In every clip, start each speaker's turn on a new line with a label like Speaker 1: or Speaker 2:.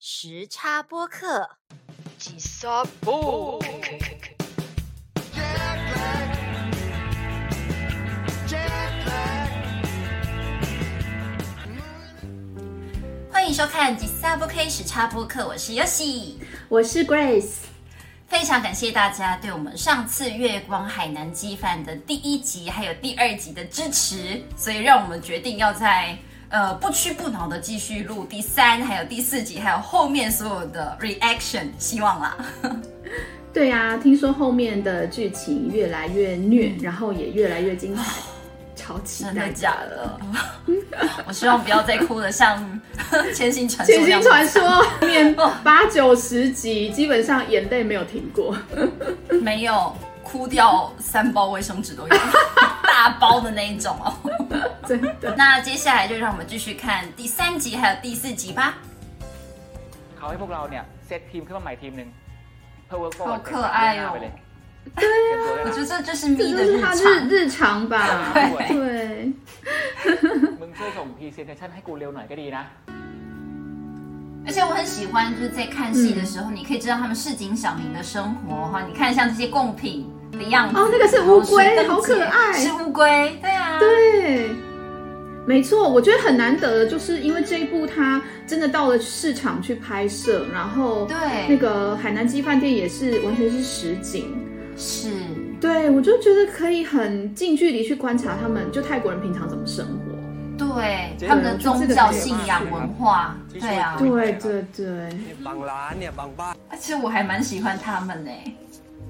Speaker 1: 时差播客，
Speaker 2: 几沙布。
Speaker 3: Jet lag. Jet lag.
Speaker 1: 欢迎收看《吉萨播 K 时差播客》，我是 Yoshi。
Speaker 4: 我是 Grace，
Speaker 1: 非常感谢大家对我们上次月光海南鸡饭的第一集还有第二集的支持，所以让我们决定要在呃不屈不挠的继续录第三、还有第四集，还有后面所有的 reaction，希望啦。
Speaker 4: 对啊，听说后面的剧情越来越虐，然后也越来越精彩，超期
Speaker 1: 嗯啊真的
Speaker 4: 待！
Speaker 1: 假的？我希望不要再哭得像千星传说
Speaker 4: 《
Speaker 1: 一
Speaker 4: 千
Speaker 1: 样
Speaker 4: 星传说》后面八九十集，基本上眼泪没有停过。
Speaker 1: 没有哭掉三包卫生纸都有， 大包的那一种哦。
Speaker 4: 真的，
Speaker 1: 那接下来就让我们继续看第三集还有第四集吧。
Speaker 5: เขาให้พวกเราเนี่ยเซตทีมขึ้นมาใหม่ทีมหนึ่งเพื่อเวิร์กโฟ
Speaker 1: เขาเคยอายเหรอ
Speaker 5: ไปเลยเตรียมตัวด้วย
Speaker 1: 我觉得
Speaker 5: นะ
Speaker 1: 这就是
Speaker 4: 这
Speaker 1: 咪
Speaker 4: 就
Speaker 1: 的
Speaker 4: 是
Speaker 1: 日
Speaker 4: 他
Speaker 1: 常
Speaker 4: 日。日常吧？
Speaker 1: 对
Speaker 4: 对，
Speaker 5: มึงช่วยส่งพรีเซนเทชันให้กูเร็วหน่อยก็ดีนะ
Speaker 1: 而且我很喜欢，就是在看戏的时候，你可以知道他们市井小民的生活哈。你看像这些贡品的样子，
Speaker 4: 哦那个是
Speaker 1: 然后
Speaker 4: 乌龟
Speaker 1: 水灯节
Speaker 4: 好可爱
Speaker 1: 是乌龟，对啊，
Speaker 4: 对。没错，我觉得很难得的，就是因为这一部它真的到了市场去拍摄，然后
Speaker 1: 对
Speaker 4: 那个海南鸡饭店也是完全是实景，
Speaker 1: 是
Speaker 4: 对，我就觉得可以很近距离去观察他们，就泰国人平常怎么生活。
Speaker 1: 对
Speaker 5: 对
Speaker 1: 他们的
Speaker 4: 我觉得
Speaker 1: 宗
Speaker 4: 这个
Speaker 1: 教
Speaker 4: 可以
Speaker 1: 信
Speaker 5: 放
Speaker 1: 仰
Speaker 5: 进来
Speaker 1: 文化，
Speaker 5: 其实
Speaker 1: 对啊，
Speaker 5: 我
Speaker 4: 对对对，
Speaker 3: บางร้านเนี่ยบางบ้าน
Speaker 1: 而且我还蛮喜欢他们呢、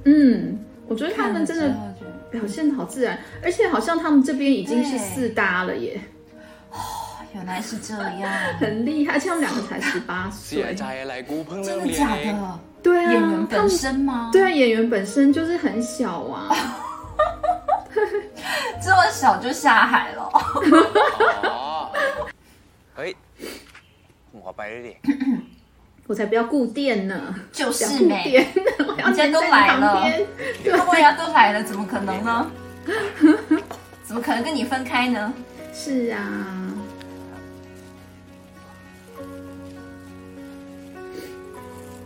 Speaker 4: 嗯，我觉得他们真
Speaker 1: 看了
Speaker 4: 的
Speaker 1: 之后觉得
Speaker 4: 表现得好自然，而且好像他们这边已经是四搭了耶，
Speaker 1: 原来是这 样，
Speaker 4: 很厉害，而且他们两个才十八
Speaker 3: เสีย
Speaker 4: 岁
Speaker 3: ใจ，อะไรกูเพิ่งเริ่มเรีย
Speaker 1: 真的
Speaker 3: น
Speaker 1: 假
Speaker 3: เอง
Speaker 1: 的？
Speaker 4: 对
Speaker 1: 演员
Speaker 4: 啊，他
Speaker 1: 本
Speaker 4: 们
Speaker 1: 身吗？
Speaker 4: 对啊，演员本身就是很小啊，
Speaker 1: 这么小就下海了，哦
Speaker 3: อ๋อ เฮ้ย ผมขอไปด้วยดิ
Speaker 4: 我才不要顾店呢，
Speaker 1: 就是
Speaker 4: 想顾
Speaker 1: 没。
Speaker 4: 店呢，我要
Speaker 1: 人家
Speaker 4: 黏
Speaker 1: 都
Speaker 4: 在你
Speaker 1: 来了
Speaker 4: 旁边，
Speaker 1: 如果人家都来了，怎么可能呢？怎么可能跟你分开呢？
Speaker 4: 是啊，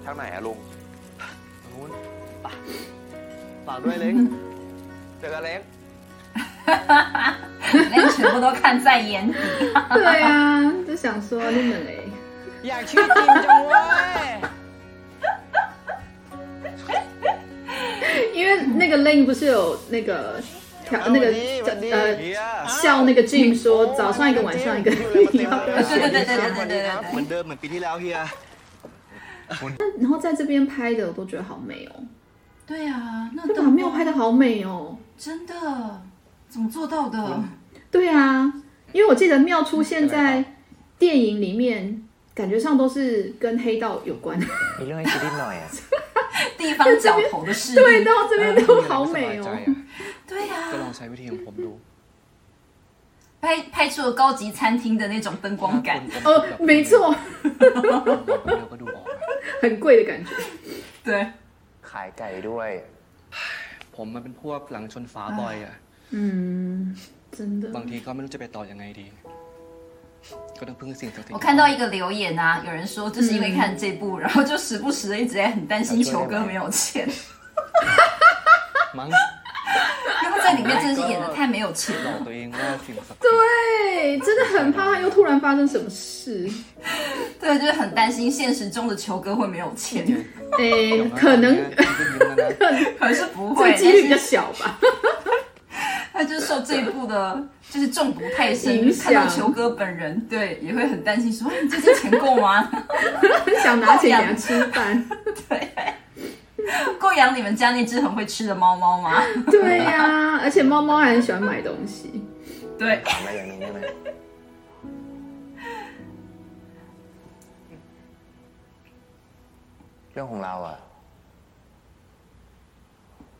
Speaker 3: ทางไหนอะลุงทางนู้นไปฝากด้วยเล็ก เจอกันเล็ก
Speaker 1: 连全部都看在眼里。
Speaker 4: 对啊，就想说你们嘞，
Speaker 3: อยากชื่อจริงจังเว้ย
Speaker 4: 因为那个 Lane 不是有那个调那个呃。笑那个 Jim 说早上一个晚上一个，要不要
Speaker 1: 对对
Speaker 4: 选
Speaker 1: 对对对对对
Speaker 3: เหมือ
Speaker 1: 对
Speaker 3: นเดิมเหมือนปีที่แล้วเฮีย
Speaker 4: 然后在这边拍的我都觉得好美哦，
Speaker 1: 对啊，那
Speaker 4: 这
Speaker 1: 都
Speaker 4: 场没有拍的好美哦。
Speaker 1: 真的，怎么做到的？
Speaker 4: 对啊，因为我记得妙出现在电影里面，感觉上都是跟黑道有关，
Speaker 6: มีเรื่องให้คิดนิดหน่อย อ่ะ
Speaker 1: 地方角头的 势
Speaker 4: 对，
Speaker 1: 力。
Speaker 4: 到这边都好美哦。
Speaker 1: 对呀、
Speaker 3: ก็ลอ
Speaker 1: 啊
Speaker 3: ง，ใช้วิธีของผมดู
Speaker 1: 拍拍出了高级餐厅的那种灯光感。
Speaker 4: 哦，没错，
Speaker 3: เราก็ดูออก
Speaker 4: 很贵的感觉。
Speaker 1: 对，
Speaker 6: ขายไก่ด้วย
Speaker 3: ผมมันเป็นพวกหลังชนฝาบ่อยอะ
Speaker 4: 嗯，真的
Speaker 3: บางทีก็ไม่รู้จะไปต่อยังไงดี ก็ต้องพึ่งสิ่งศักดิ์สิท
Speaker 1: 我
Speaker 3: ธิ์
Speaker 1: 看到一个留言啊，有人说就是因为看这部，然后就时不时的一直在很担心球哥没有钱，
Speaker 3: มั้ง
Speaker 1: 因为他在里面真的是演的太没有钱
Speaker 3: หลอก
Speaker 1: 了。
Speaker 3: ตัวเองว่าสิ่งศักดิ์สิทธิ์
Speaker 4: 对，真的很怕他又突然发生什么事。
Speaker 1: 对，就是很担心现实中的球哥会没有钱，
Speaker 4: 哎，可能
Speaker 3: เ
Speaker 1: 可是不
Speaker 4: 这
Speaker 1: 会，
Speaker 4: 个几率比较
Speaker 1: 但是
Speaker 4: 小吧。
Speaker 1: 他就是受这一部的，就是中毒太深，
Speaker 4: 影响
Speaker 1: 看到球哥本人，对，也会很担心说，哎，你这些钱够吗？
Speaker 4: 想拿钱给他吃饭。
Speaker 1: 够养你们家那只很会吃的猫猫吗？
Speaker 4: 对呀、而且猫猫还很喜欢买东西。
Speaker 1: 对，
Speaker 6: ถามอะไรอย่างหนึงได้ไหมเรื่องของเราอ่ะ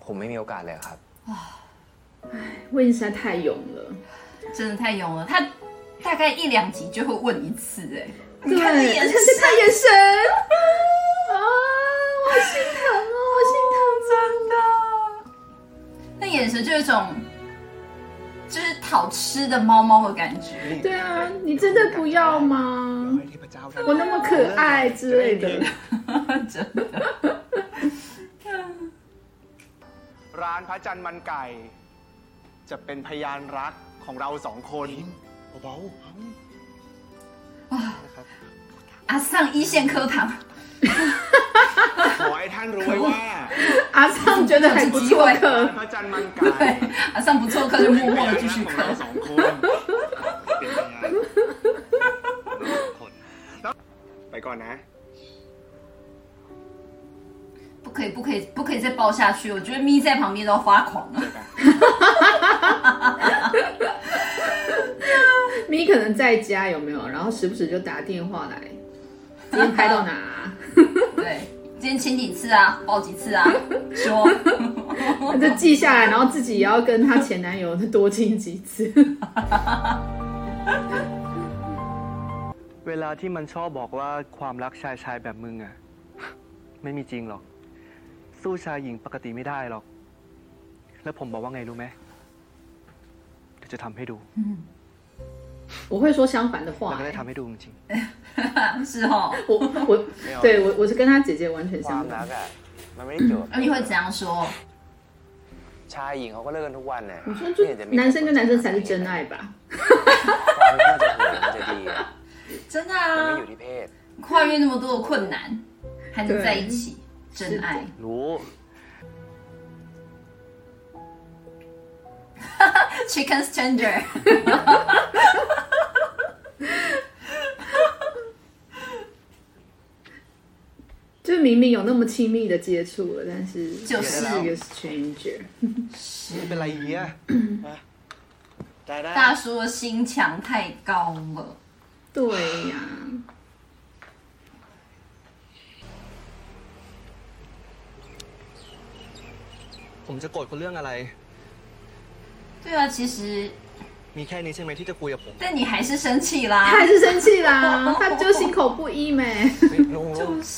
Speaker 6: ผมไม่มีโอกาสเลยอะครับ
Speaker 4: 问实在太勇了，
Speaker 1: 真的太勇了，他大概一两集就会问一次、哎，
Speaker 4: 对，
Speaker 1: 看
Speaker 4: 而
Speaker 1: 这
Speaker 4: 且
Speaker 1: 眼神
Speaker 4: 是他眼神啊，我好心疼哦，
Speaker 1: 真的，那眼神就有一种就是讨吃的猫猫的感觉。
Speaker 4: 我心疼。对啊，你真的不要吗？
Speaker 3: ทพเจ้า
Speaker 5: เขาทั้ง
Speaker 4: 我那么可爱之类的。
Speaker 1: 真的。
Speaker 7: ร้านพระจันทร์มันไก่ จะเป็นพยานรักของเราสองคน
Speaker 3: เบา
Speaker 1: 阿上一线课堂，
Speaker 7: ขอให้ท่านรู้ไว้ว่า
Speaker 4: 阿尚觉得还不错，
Speaker 7: ร้าน
Speaker 4: 可
Speaker 7: พระจันทร์มัน
Speaker 1: 对
Speaker 7: ไก่ ，
Speaker 1: 阿上不错课就默默的继续
Speaker 7: ข
Speaker 1: 课
Speaker 7: องเรา。สองคน
Speaker 3: ๆเป็นยังไงคน
Speaker 7: ไปก่อนนะ
Speaker 1: 不可以，不可以，不可以再抱下去！我觉得咪在旁边都要发狂了。
Speaker 4: 咪可能在家有没有？然后时不时就打电话来，今天拍到哪 啊、
Speaker 1: 对，今天亲几次啊？抱几次啊？说，
Speaker 4: 他就记下来，然后自己也要跟她前男友多亲几次。
Speaker 3: เวลาที่มันชอบบอกว่าความรักชายชายแบบมึงอะไม่มีจริงหรอก สู้ชายหญิงปกติไม่ได้หรอก แล้วผมบอกว่าไงรู้ไหมเดี๋ยวจะทำให้ดู
Speaker 4: 我会说相反的话
Speaker 3: แล้วก็
Speaker 4: 欸、
Speaker 3: ได้ทำให้ดูจริง
Speaker 1: 是哦。
Speaker 4: 我我对我我是跟她姐姐完全
Speaker 6: ควา
Speaker 4: 相
Speaker 6: มรั
Speaker 4: 反
Speaker 6: ก。อ่ะ มันไม่ได้เกี่ยวกับ
Speaker 1: 那你会怎样说？
Speaker 6: ชายหญิงเขาก็เลิกกันทุกวันเนี่ย
Speaker 4: 我说就
Speaker 6: ไม่เห็นจะมี
Speaker 4: 男生跟男生才是真爱吧？
Speaker 6: ความรักมันจะเหมือนมันจะดีอะ
Speaker 1: 真的
Speaker 6: มันไม่
Speaker 1: 啊
Speaker 6: อ，ยู่ที่เพศ
Speaker 1: 跨越那么多的困难，还能在一起，真爱。
Speaker 3: ๆรู้
Speaker 1: Chicken Stranger，
Speaker 4: 就是明明有那么亲密的接触了，但是
Speaker 1: 就是
Speaker 4: 是一个 stranger。
Speaker 3: ไม่เป็นไรเฮีย
Speaker 7: ได้ได้
Speaker 1: 大叔的心墙太高了。
Speaker 4: 对呀、
Speaker 3: ผมจะโกรธคนเรื่องอะไร
Speaker 1: 对啊，其实，
Speaker 3: มีแค่นี้ใช่ไหมที่จะคุยกับผม
Speaker 1: 但你还是生气
Speaker 4: 他
Speaker 1: 啦。
Speaker 4: 还是生气啦，他就心口不一没。
Speaker 6: เฮ้ยลุง
Speaker 1: 就
Speaker 6: ลุง
Speaker 1: 是，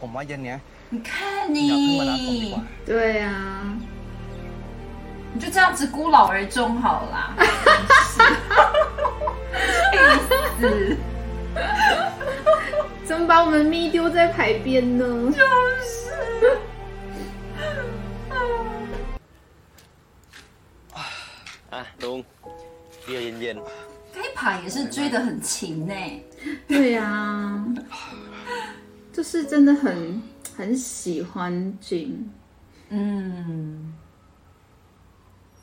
Speaker 3: ผมว่าเย็นเนี้ย
Speaker 1: 你看
Speaker 3: อย่าเพิ่งมารับผมดี
Speaker 1: 你
Speaker 3: กว่า ，
Speaker 4: 对呀、啊，
Speaker 1: 你就这样子孤老而终好了啦。 气死！
Speaker 4: 怎么把我们咪丢在海边呢？
Speaker 3: อ่ะลุงเบียร์เย็น
Speaker 1: 该爬也是追得很勤呢、欸
Speaker 4: 对呀、就是真的很很喜欢景，
Speaker 1: 嗯，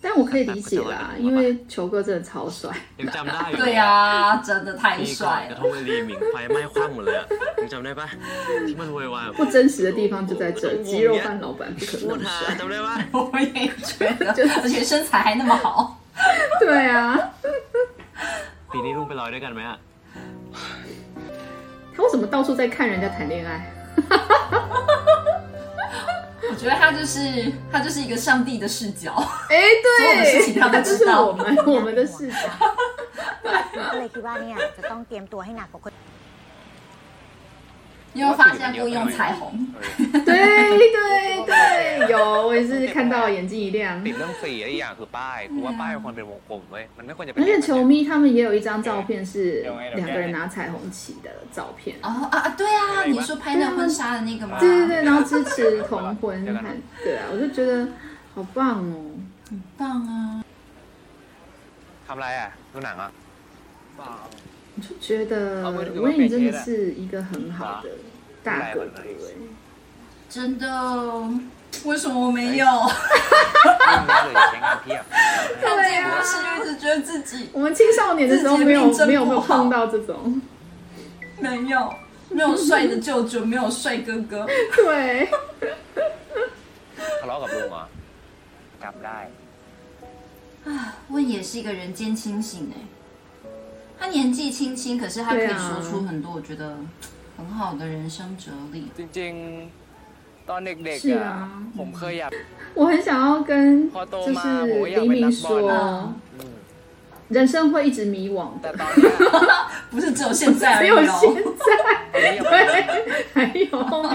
Speaker 4: 但我可以理解啦，因为球哥真的超帅。
Speaker 8: ๆยังจำได้อยู่
Speaker 1: 对啊，真的太
Speaker 8: มีก่อน
Speaker 1: 帅
Speaker 8: กระท
Speaker 1: 了。
Speaker 8: งเวลีหมิงไฟไหม้คว่ำหมดเลยอะยังจำได้ปะที่มันโวยวายแบบ
Speaker 4: 不真实的地方就在 这，鸡肉饭老板不可
Speaker 8: พูด
Speaker 4: 能
Speaker 8: หา
Speaker 4: 帅。
Speaker 8: จำได้ปะ
Speaker 1: 我也觉得， 而且身材还那么好。
Speaker 4: 对啊，
Speaker 8: ปีนี้ลุงไปลอยด้วยกันไหมอะ
Speaker 4: 他为什么到处在看人家谈恋爱？
Speaker 1: 我觉得他就是他就是一个上帝的视角。
Speaker 4: 哎，
Speaker 1: 所有的事
Speaker 4: 对，
Speaker 1: 情他都
Speaker 4: 这
Speaker 1: 知
Speaker 4: 是
Speaker 1: 道
Speaker 4: 我们 我们的视角。
Speaker 9: ก็เลยคิดว่าเนี่ยจะต้องเตรียมตัวให้หนักกว่าคน
Speaker 1: 你有没有发现故意用彩虹？
Speaker 4: 对对对，有，我也是看到眼睛一亮。
Speaker 6: ติดเรื่องสีไอ้อย่างคือป้ายกูว่าป้ายมันควรเป็นวงกลมเว้ยมันไม่ควรจะเป็น
Speaker 4: 而且球迷他们也有一张照片是两个人拿彩虹旗的照片，
Speaker 1: 哦啊啊，对啊，你说拍那婚纱的那个吗？
Speaker 4: 对对对，然后支持同婚， 看对啊，我就觉得好棒哦。
Speaker 1: 棒啊！
Speaker 6: ทำอะไรอ่ะดูหนังอ่ะ
Speaker 4: 我就觉得威你真的是一个很好的大哥哥哎，
Speaker 1: 真的哦？为什么我没有？
Speaker 6: ไม่รู้เลยใช้งานเพียบ
Speaker 4: 哎
Speaker 1: 看这
Speaker 4: 啊
Speaker 1: 个故事就一直觉得自己
Speaker 4: 我们青少年的时候没有没有没有碰到这种，
Speaker 1: 没有，没有帅的舅舅，没有帅哥哥。
Speaker 4: 对，
Speaker 6: ทะเลาะกับลุงเหรอจำได้
Speaker 1: 问也是一个人间清醒哎、他年纪轻轻，可是他可以
Speaker 4: 对啊
Speaker 1: 说出很多我觉得很好的人生哲理。
Speaker 5: จริงๆ ตอนเด็ก
Speaker 4: 是
Speaker 5: ๆอะ
Speaker 4: 啊，
Speaker 5: ผมเคยอยาก
Speaker 4: 我很想要跟
Speaker 5: พอโต
Speaker 4: 就
Speaker 5: มา
Speaker 4: 是
Speaker 5: ผมก็อยาก
Speaker 4: 黎
Speaker 5: เป็น
Speaker 4: 明
Speaker 5: นักบอลนะ
Speaker 4: 说，人生会一直迷惘
Speaker 5: แต่
Speaker 4: 的，
Speaker 5: ตอนเนี้ย
Speaker 1: 不是只有现嗯在而
Speaker 4: 只
Speaker 1: 已
Speaker 4: 有
Speaker 1: 哦、
Speaker 4: 现在。
Speaker 5: ผมอ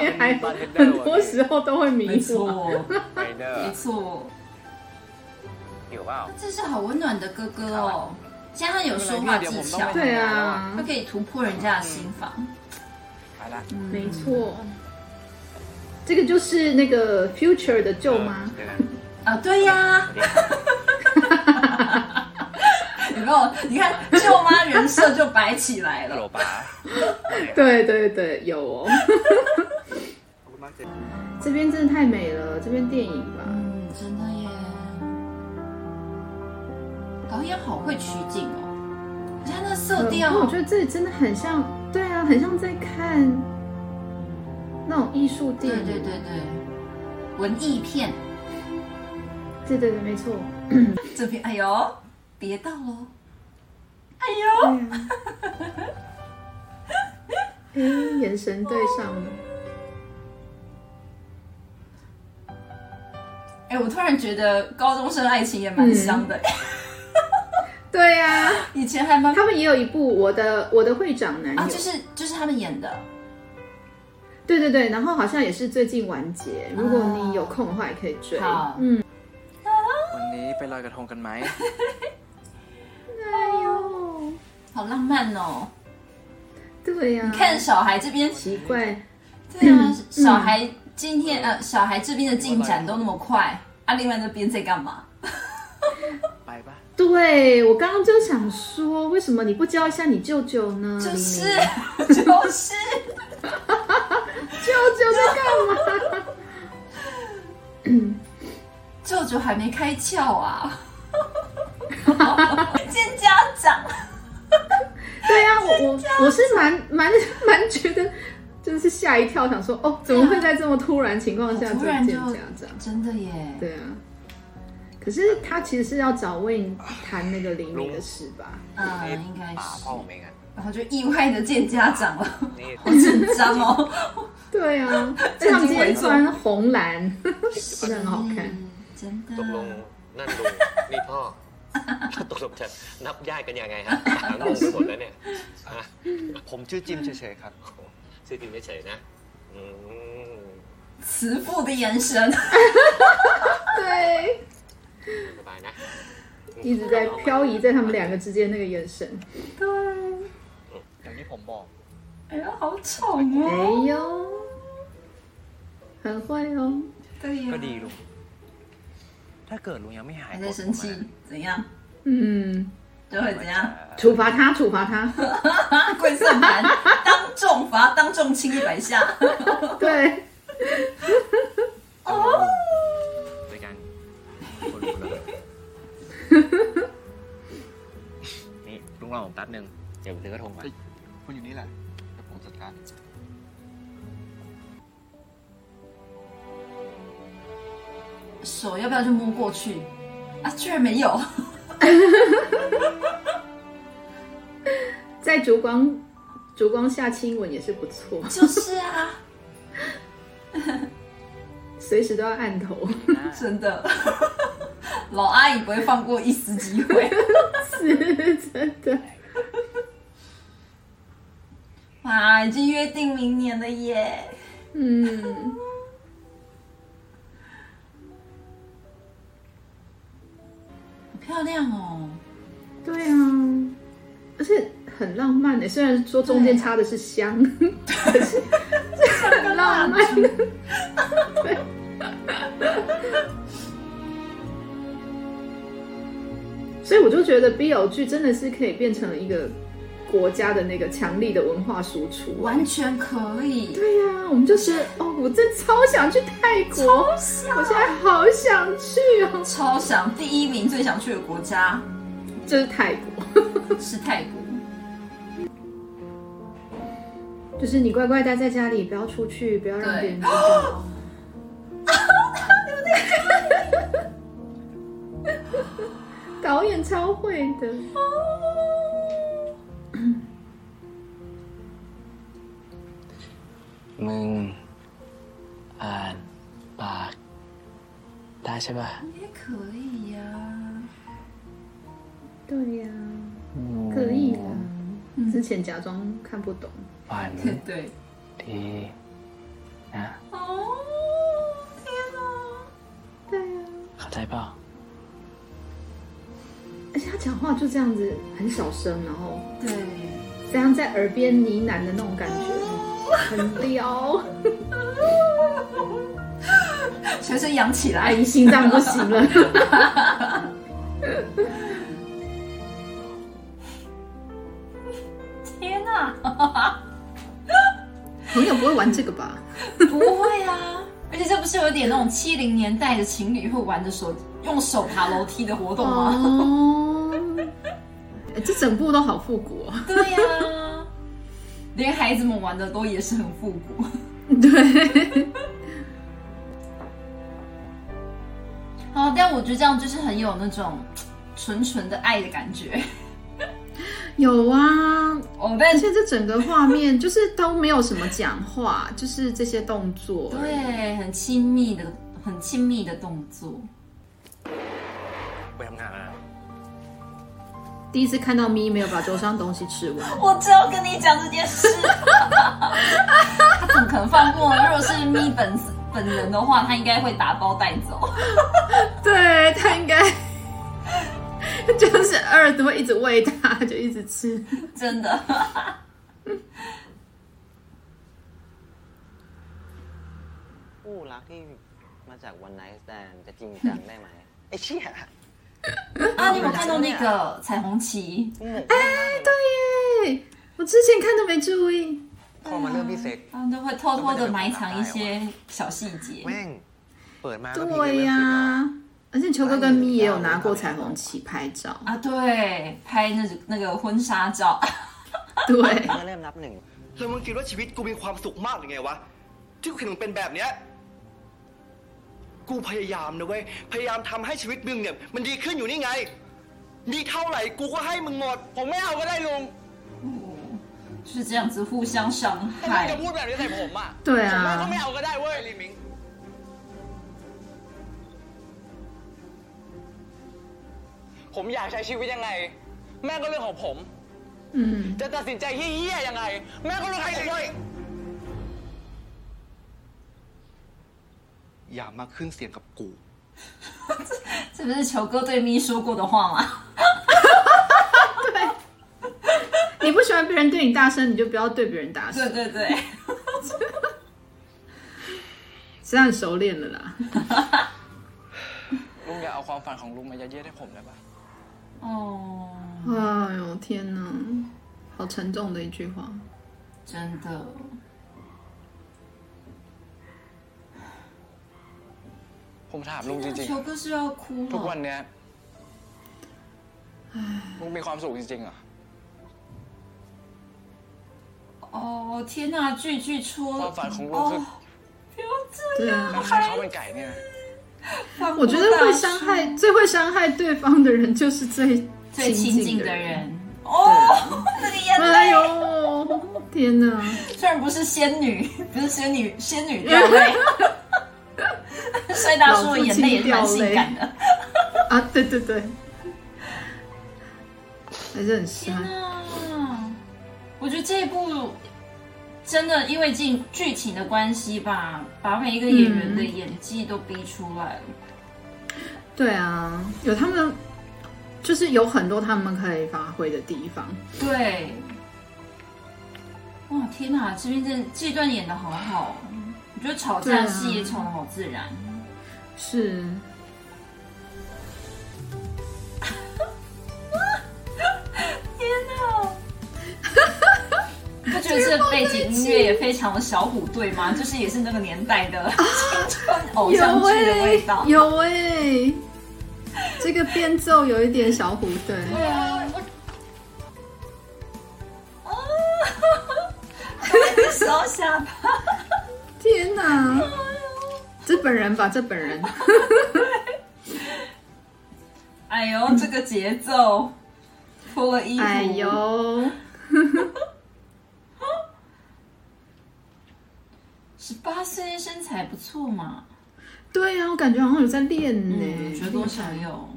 Speaker 5: ยากเป็นนักบอล
Speaker 4: 对，还有后面还有很多时候都会迷
Speaker 1: 没
Speaker 4: 惑。
Speaker 1: 哦错，
Speaker 6: ไรเดอร์
Speaker 1: 没错。
Speaker 6: หิวเปล่า
Speaker 1: 这是好温暖的哥哥哦，加上有说话技巧，
Speaker 4: 对啊
Speaker 1: 他，可以突破人家的心房。
Speaker 5: ไปละ
Speaker 4: 没错。这个就是那个 Future 的舅妈，
Speaker 6: เดี๋ยวนะ
Speaker 1: 啊，对呀， 有没有？你看舅妈人设就摆起来
Speaker 6: ฮัลโหล
Speaker 1: 了。
Speaker 6: ป๋า
Speaker 4: 对对对，有哦。
Speaker 7: ขอบคุณมากเจ
Speaker 4: 这边真的太美了，这边电影吧，
Speaker 1: 嗯，真的耶，导演好会取景哦，你看那色调
Speaker 4: 嗯我觉得这里真的很像，对啊，很像在看那种艺术电
Speaker 1: 对对
Speaker 4: 影。
Speaker 1: 对对，文艺片
Speaker 4: 对对对没错。
Speaker 1: 这边，哎呦，别到喽，哎
Speaker 4: 对
Speaker 1: 呦，
Speaker 4: 啊。哎，眼神对上了，
Speaker 1: 哎，我突然觉得高中生爱情也蛮香的，
Speaker 4: 对呀、啊，
Speaker 1: 以前还蛮
Speaker 4: 他们也有一部《我的我的会长男友》
Speaker 1: 啊，就是就是他们演的，
Speaker 4: 对对对，然后好像也是最近完结，如果你有空的话也可以追。
Speaker 1: 哦好
Speaker 4: 嗯，
Speaker 8: วันนี้ไปลอยกระทงกันไหม
Speaker 4: 哎呦，
Speaker 1: 好浪漫哦。
Speaker 4: 对呀、
Speaker 1: 看小孩这边，
Speaker 4: 奇怪，
Speaker 1: 对啊，小孩今天呃，小孩这边的进展都那么快，啊，另外那边在干嘛？
Speaker 5: ไปปะ
Speaker 4: 对我刚刚就想说，为什么你不教一下你舅舅呢？
Speaker 1: 就
Speaker 4: 黎明
Speaker 1: 是就是，
Speaker 4: 舅舅在干嘛？
Speaker 1: 舅舅还没开窍 啊，见家长。
Speaker 4: 对呀、我我我是蛮蛮 蛮觉得，就是吓一跳，想说哦，怎么会在这么突然情况下
Speaker 1: 啊突
Speaker 4: 就
Speaker 1: 然
Speaker 4: 见
Speaker 1: 就
Speaker 4: 家长？
Speaker 1: 真的耶，
Speaker 4: 啊对啊，可是他其实是要找魏颖谈那个黎明的事吧？
Speaker 1: 嗯，应该
Speaker 6: ป๋า
Speaker 1: 是
Speaker 6: พ่อ，ผมเองอะ
Speaker 1: 然后就意外的见家长了，
Speaker 6: นี่
Speaker 1: 好紧张哦。
Speaker 4: 对啊，而且他们今天穿红蓝，真的很好看。
Speaker 1: 嗯，真的
Speaker 6: ตกลงนั่นลุงนี่พ่อ ตกลงจะนับญาติกันยังไงฮะป๋างงไปหมดแล้วเนี่ยฮะ
Speaker 3: ผมชื่อจิมเฉยๆครับ
Speaker 6: ซื้อกินเฉยๆนะอืม
Speaker 1: 慈父的眼神，
Speaker 4: 对，
Speaker 6: สบายนะ
Speaker 4: 一直在漂移在他们两个之间那个眼神。
Speaker 1: 对，
Speaker 5: อย่างที่ผมบอก
Speaker 1: 哎呀，好宠
Speaker 4: 哎
Speaker 1: 哦。
Speaker 4: 呦，很会哦。
Speaker 1: 对呀
Speaker 5: ก็ดีลุง ถ้าเกิดลุงยังไม่หาย
Speaker 1: 还在生气，怎样？
Speaker 4: 嗯，
Speaker 1: 就会怎样？
Speaker 4: 处罚他，处罚他。
Speaker 1: 啊，跪算盘， 当众罚，当众亲一百下。
Speaker 4: 对，
Speaker 8: ด้วยกันคนรู้แล้ว
Speaker 6: นี่ลุงรอผมแป๊บนึง เดี๋ยวผมถือกระทงไป
Speaker 7: คุณอยู่นี่แหละเดี๋ยวผมจัดการ
Speaker 1: 手要不要就摸过去？啊，居然没有。
Speaker 4: 在烛光烛光下亲吻也是不错，
Speaker 1: 就是啊，
Speaker 4: 随时都要按头。
Speaker 1: 真的， 老阿姨不会放过一丝机会。
Speaker 4: 是真的。
Speaker 1: 哇，已经约定明年了耶！
Speaker 4: 嗯，
Speaker 1: 好漂亮哦。
Speaker 4: 对啊，而且很浪漫欸的，虽然说中间插的是香， 可是很浪漫。所以我就觉得 BL 剧真的是可以变成一个国家的那个强力的文化输出。
Speaker 1: 完全可以，
Speaker 4: 对呀、我们就觉得哦，我真超想去泰国，我现在好想去哦，
Speaker 1: 超想第一名最想去的国家
Speaker 4: 就是泰国。
Speaker 1: 是泰国，
Speaker 4: 就是你乖乖待在家里，不要出去，不要让别人知道。 导演超会的，
Speaker 8: มึง อ่านปาก ได้ใช่ป่ะ
Speaker 1: 也可以呀、
Speaker 4: 对呀、可以啦。之前假装看不懂，
Speaker 8: ฝัน
Speaker 1: 对，
Speaker 8: ดีนะ
Speaker 1: 哦，天哪，
Speaker 4: 对呀、啊
Speaker 8: เข้าใจเปล่า
Speaker 4: 而且他讲话就这样子很小声，然后
Speaker 1: 对，
Speaker 4: 这样在耳边呢喃的那种感觉，很 撩，
Speaker 1: 全身扬起
Speaker 4: 阿
Speaker 1: 来。
Speaker 4: 姨哎心脏不行了。
Speaker 1: 天哪、
Speaker 4: 朋友不会玩这个吧？
Speaker 1: 不会啊！而且这不是有点那种七零年代的情侣会玩的手用手爬楼梯的活动
Speaker 4: 啊
Speaker 1: 吗？
Speaker 4: 哦，哎这整部都好复古哦。
Speaker 1: 对呀、连孩子们玩的都也是很复古。
Speaker 4: 对，
Speaker 1: 好，哦但我觉得这样就是很有那种纯纯的爱的感觉。
Speaker 4: 有啊，
Speaker 1: 我们
Speaker 4: 而且这整个画面就是都没有什么讲话，就是这些动作。
Speaker 1: 对很亲密的、很亲密的动作。
Speaker 6: ไปทำงานแล้วนะ
Speaker 4: 第一次看到咪没有把桌上东西吃完，
Speaker 1: 我只要跟你讲这件事，他怎么可能放过呢？如果是咪本本人的话，他应该会打包带走。
Speaker 4: 对他应该 就是二都会一直喂他，就一直吃。
Speaker 1: 真的。
Speaker 10: คู่รักที่มาจากวันไนท์แตนจะจริงจังได้ไหมไอ้เชี่ย
Speaker 1: 啊，你有没有看到那个彩虹旗？
Speaker 4: 哎对，我之前看都没注意。
Speaker 10: พอมาเริ่มพี่เซ็ก
Speaker 1: 他们啊都会偷偷的埋藏一些小细节。
Speaker 10: แม่งเปิดมาก็พี
Speaker 1: 啊
Speaker 4: 对
Speaker 10: เริ่
Speaker 4: 呀、
Speaker 10: มสิบแล้ว
Speaker 4: 而且球哥跟咪也有拿过彩虹旗拍照。
Speaker 1: 啊，对，拍那那个婚纱照，
Speaker 4: 对，
Speaker 10: ก็เริ่มรับหนึ่ง
Speaker 7: แล้วมึงคิดว่าชีวิตกูมีความสุขมากหรือไงวะ ที่กูเห็นมึงเป็นแบบเนี้ย กูพยายามนะเว้ย พยายามทำให้ชีวิตมึงเนี่ย มันดีขึ้นอยู่นี่ไง มีเท่าไหร่กูก็ให้มึงหมด ผมไม่เอาก็ได้ลุง
Speaker 1: 就是这样子互相伤
Speaker 7: แต่
Speaker 1: 害
Speaker 7: มึงจะ。พูดแบบนี้ใส่ผมอ่ะ
Speaker 4: 对
Speaker 7: ผมว่าก็
Speaker 4: 啊
Speaker 7: ไม่，เอาก็ได้เว้ยลิมิง ผมอยากใช้ชีวิตยังไง แม่งก็เรื่องของผม
Speaker 4: 嗯，
Speaker 7: จะตัดสินใจเฮี้ยๆยังไง แม่งก็เรื่องของผมเว้ย อย่ามาขึ้นเสียงกับกู
Speaker 1: 这不是球哥对咪说过的话吗？
Speaker 4: 你不喜欢别人对你大声，你就不要对别人大声
Speaker 1: 对，对对，
Speaker 4: 实际上很熟练了啦。
Speaker 5: ลุงอย่าเอาความฝันของลุงมายัดเยียดให้ผมได้ปะ
Speaker 1: 哦，
Speaker 4: 哎呦天哪，好沉重的一句话。
Speaker 1: 真的。
Speaker 5: ผมถามลุงจริง
Speaker 1: 球哥是要哭
Speaker 5: ๆ ทุกวัน
Speaker 1: 了，
Speaker 5: เนี้ย ลุงมีความสุขจริงๆเหรอ
Speaker 1: 哦天哪，句句出
Speaker 5: ความฝันของลุงคือ
Speaker 1: 哦，不要这
Speaker 4: 对
Speaker 1: 样，
Speaker 4: 啊，
Speaker 5: ขายข้าวมันไก่เนี่ย
Speaker 1: 放不
Speaker 4: 我觉得
Speaker 1: 大
Speaker 4: 会
Speaker 1: 声
Speaker 4: 伤害最会伤害对方的人就是最
Speaker 1: 最亲近
Speaker 4: 的
Speaker 1: 的。人。哦， 那个眼
Speaker 4: 哎
Speaker 1: 泪，
Speaker 4: 呦天哪，
Speaker 1: 虽然不是仙女， 不是仙女，仙女掉泪，帅大叔的眼泪也是蛮性感的。
Speaker 4: 啊对对对，还是很伤
Speaker 1: 天。啊！我觉得这一部真的因为进剧情的关系吧，把每一个演员的演技都逼出来了。
Speaker 4: 对啊，有他们就是有很多他们可以发挥的地方。
Speaker 1: 对，哇天哪！这边这这段演的好好，我觉得吵架戏也吵的好自然。
Speaker 4: 是，
Speaker 1: 天哪！你不觉得这背景音乐也非常的小虎队吗？就是也是那个年代的青春 偶像剧的味道。
Speaker 4: 啊有哎、这个变奏有一点小虎队，
Speaker 1: 对啊，我 哦，这时候下巴，
Speaker 4: 天哪！ 这本人吧，这本 人，
Speaker 1: 哎呦，这个节奏，脱了衣服，
Speaker 4: 哎，呦，
Speaker 1: 十八岁身材不错嘛，
Speaker 4: 对啊，我感觉好像有在练呢、
Speaker 1: 嗯，觉得多少有。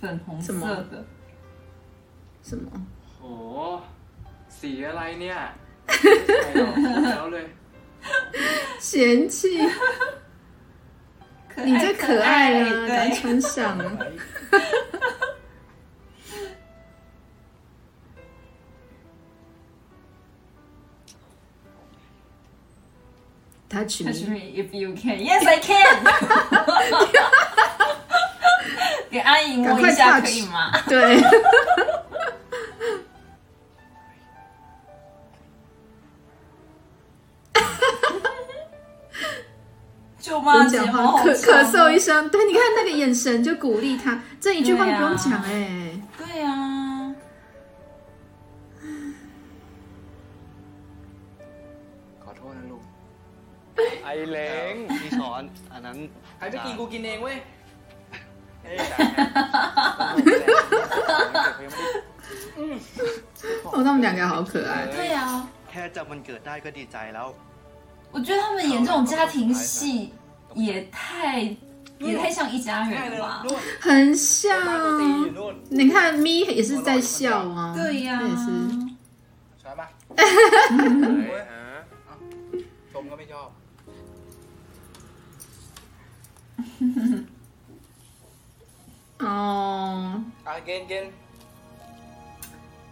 Speaker 1: 粉红色的，
Speaker 4: 什么？
Speaker 5: โห สีอะไรเนี่ย ไม่ใช่หรอกพูดแล้วเลย
Speaker 4: 嫌弃，
Speaker 1: 可爱
Speaker 4: 你这可
Speaker 1: 可爱
Speaker 4: 爱啊，
Speaker 1: 对
Speaker 4: 难穿上 啊。Touch
Speaker 1: Touch
Speaker 4: me，
Speaker 1: me if you can. Yes, I can. 给阿姨摸一
Speaker 4: 赶
Speaker 1: 下
Speaker 4: 快 touch
Speaker 1: 可以吗？
Speaker 4: 对，
Speaker 1: 舅
Speaker 4: 不
Speaker 1: 妈
Speaker 4: 用
Speaker 1: 睫
Speaker 4: 讲
Speaker 1: 毛
Speaker 4: 话，
Speaker 1: 好
Speaker 4: 咳咳
Speaker 1: 长
Speaker 4: 嗽
Speaker 1: 哦
Speaker 4: 一声，对，你看那个眼神就鼓励他，这一句话都不用讲哎、
Speaker 1: 对啊，
Speaker 5: ขอโทษนะลูก ไอเล้ง
Speaker 7: พี่สอนอันนั้น
Speaker 5: ใครจะกินกูกินเองเว้ยเฮ้ยแต่
Speaker 4: 哦，他们两个好可爱，
Speaker 1: 对啊，
Speaker 7: แค่จำวันเกิดได้ก็ดีใจแล้ว
Speaker 1: 我觉得他们演这种家庭戏也太也太像一家人了吧？
Speaker 4: 很像。
Speaker 5: อยู่นู่น
Speaker 4: 你看咪也是在笑啊，
Speaker 1: 对呀、
Speaker 4: 这也是。
Speaker 5: ใช่ปะ
Speaker 6: เฮ้ยฮะ
Speaker 5: ชมก็ไม่ชอบ
Speaker 4: 哦，
Speaker 5: อ่ะเกณฑ์เกณฑ์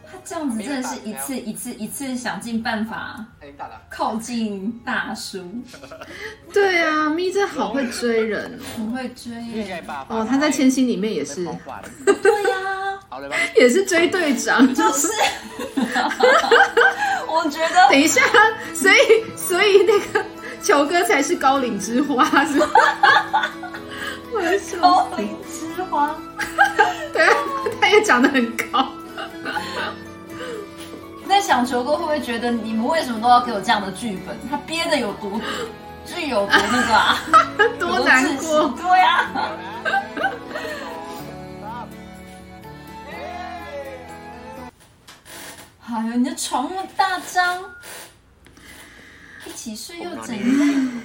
Speaker 1: 他这样子真的是一次一次一次想尽办法
Speaker 5: ไอ้ตัดอ่ะ
Speaker 1: 靠近大叔，
Speaker 4: 对啊，咪真好会追人哦。
Speaker 1: 很会追
Speaker 5: นี่ไง
Speaker 1: 耶。
Speaker 5: ป่า
Speaker 4: 哦，他在千禧里面也 是，
Speaker 5: ของขวัญ
Speaker 1: 对呀、
Speaker 5: เอาเลยป่ะ
Speaker 4: 也是追队长，就是。
Speaker 1: 我觉得
Speaker 4: 等一下，所以所以那个球哥才是高岭之花，是吧？我的手，
Speaker 1: 高岭之花。
Speaker 4: 对啊，他也长得很高。
Speaker 1: 在想球哥会不会觉得你们为什么都要给我这样的剧本？他憋的有多，剧有多那个啊？有
Speaker 4: 多难
Speaker 1: 窒息
Speaker 4: 过
Speaker 1: 对啊， 哎呦，你的床那么大张，一起睡又怎样？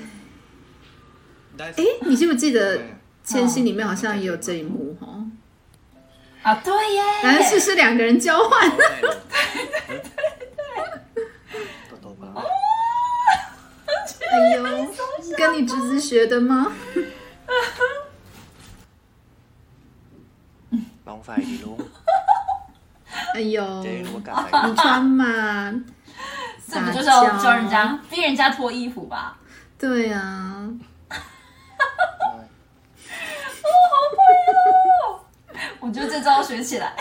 Speaker 7: ได้
Speaker 4: 哎，你记不记得千禧里面好像也有这一幕哦？
Speaker 1: 啊，对耶，
Speaker 4: 来试试两个人交换，
Speaker 7: โตๆมา
Speaker 4: 哎呦，
Speaker 1: 啊
Speaker 4: 跟你侄子学的吗？
Speaker 6: ลองใส่ดิลุง
Speaker 4: 哎呦
Speaker 6: จะ，ได้รู้ว่ากาใส่
Speaker 4: 你穿嘛，
Speaker 1: 这
Speaker 4: 撒
Speaker 1: 不就是要教人
Speaker 4: 娇，
Speaker 1: 家逼人家脱衣服吧？
Speaker 4: 对啊，
Speaker 1: 我觉得这招学起来，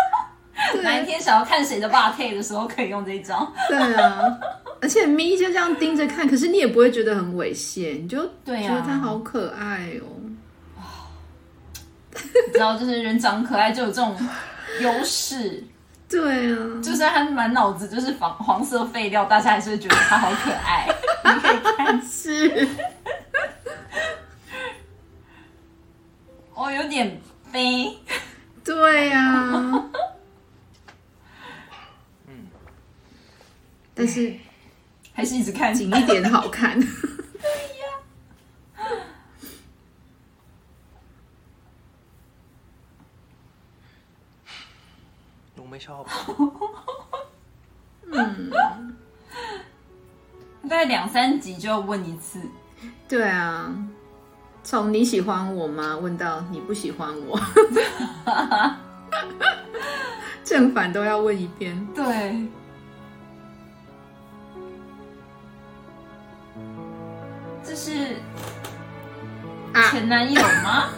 Speaker 1: 哪一
Speaker 4: 对啊
Speaker 1: 天想要看谁的霸 K 的时候可以用这一招。
Speaker 4: 对啊，而且咪就这样盯着看，可是你也不会觉得很猥亵，你就
Speaker 1: 对啊
Speaker 4: 觉得他好可爱哦，
Speaker 1: 你知道，就是人长得可爱就有这种优势。
Speaker 4: 对啊，
Speaker 1: 就算他满脑子就是黄黄色废料，大家还是会觉得他好可 爱。
Speaker 4: 是，
Speaker 1: 哦，有点悲。
Speaker 4: 对啊，但是
Speaker 1: 还是一直看
Speaker 4: 紧一点好看，
Speaker 7: ลุงไม่ชอบ
Speaker 4: 嗯
Speaker 1: 大概两三集就要问一次。
Speaker 4: 对啊，从你喜欢我吗问到你不喜欢我， 正反都要问一遍。
Speaker 1: 对，这是
Speaker 4: 啊
Speaker 1: 前男友吗？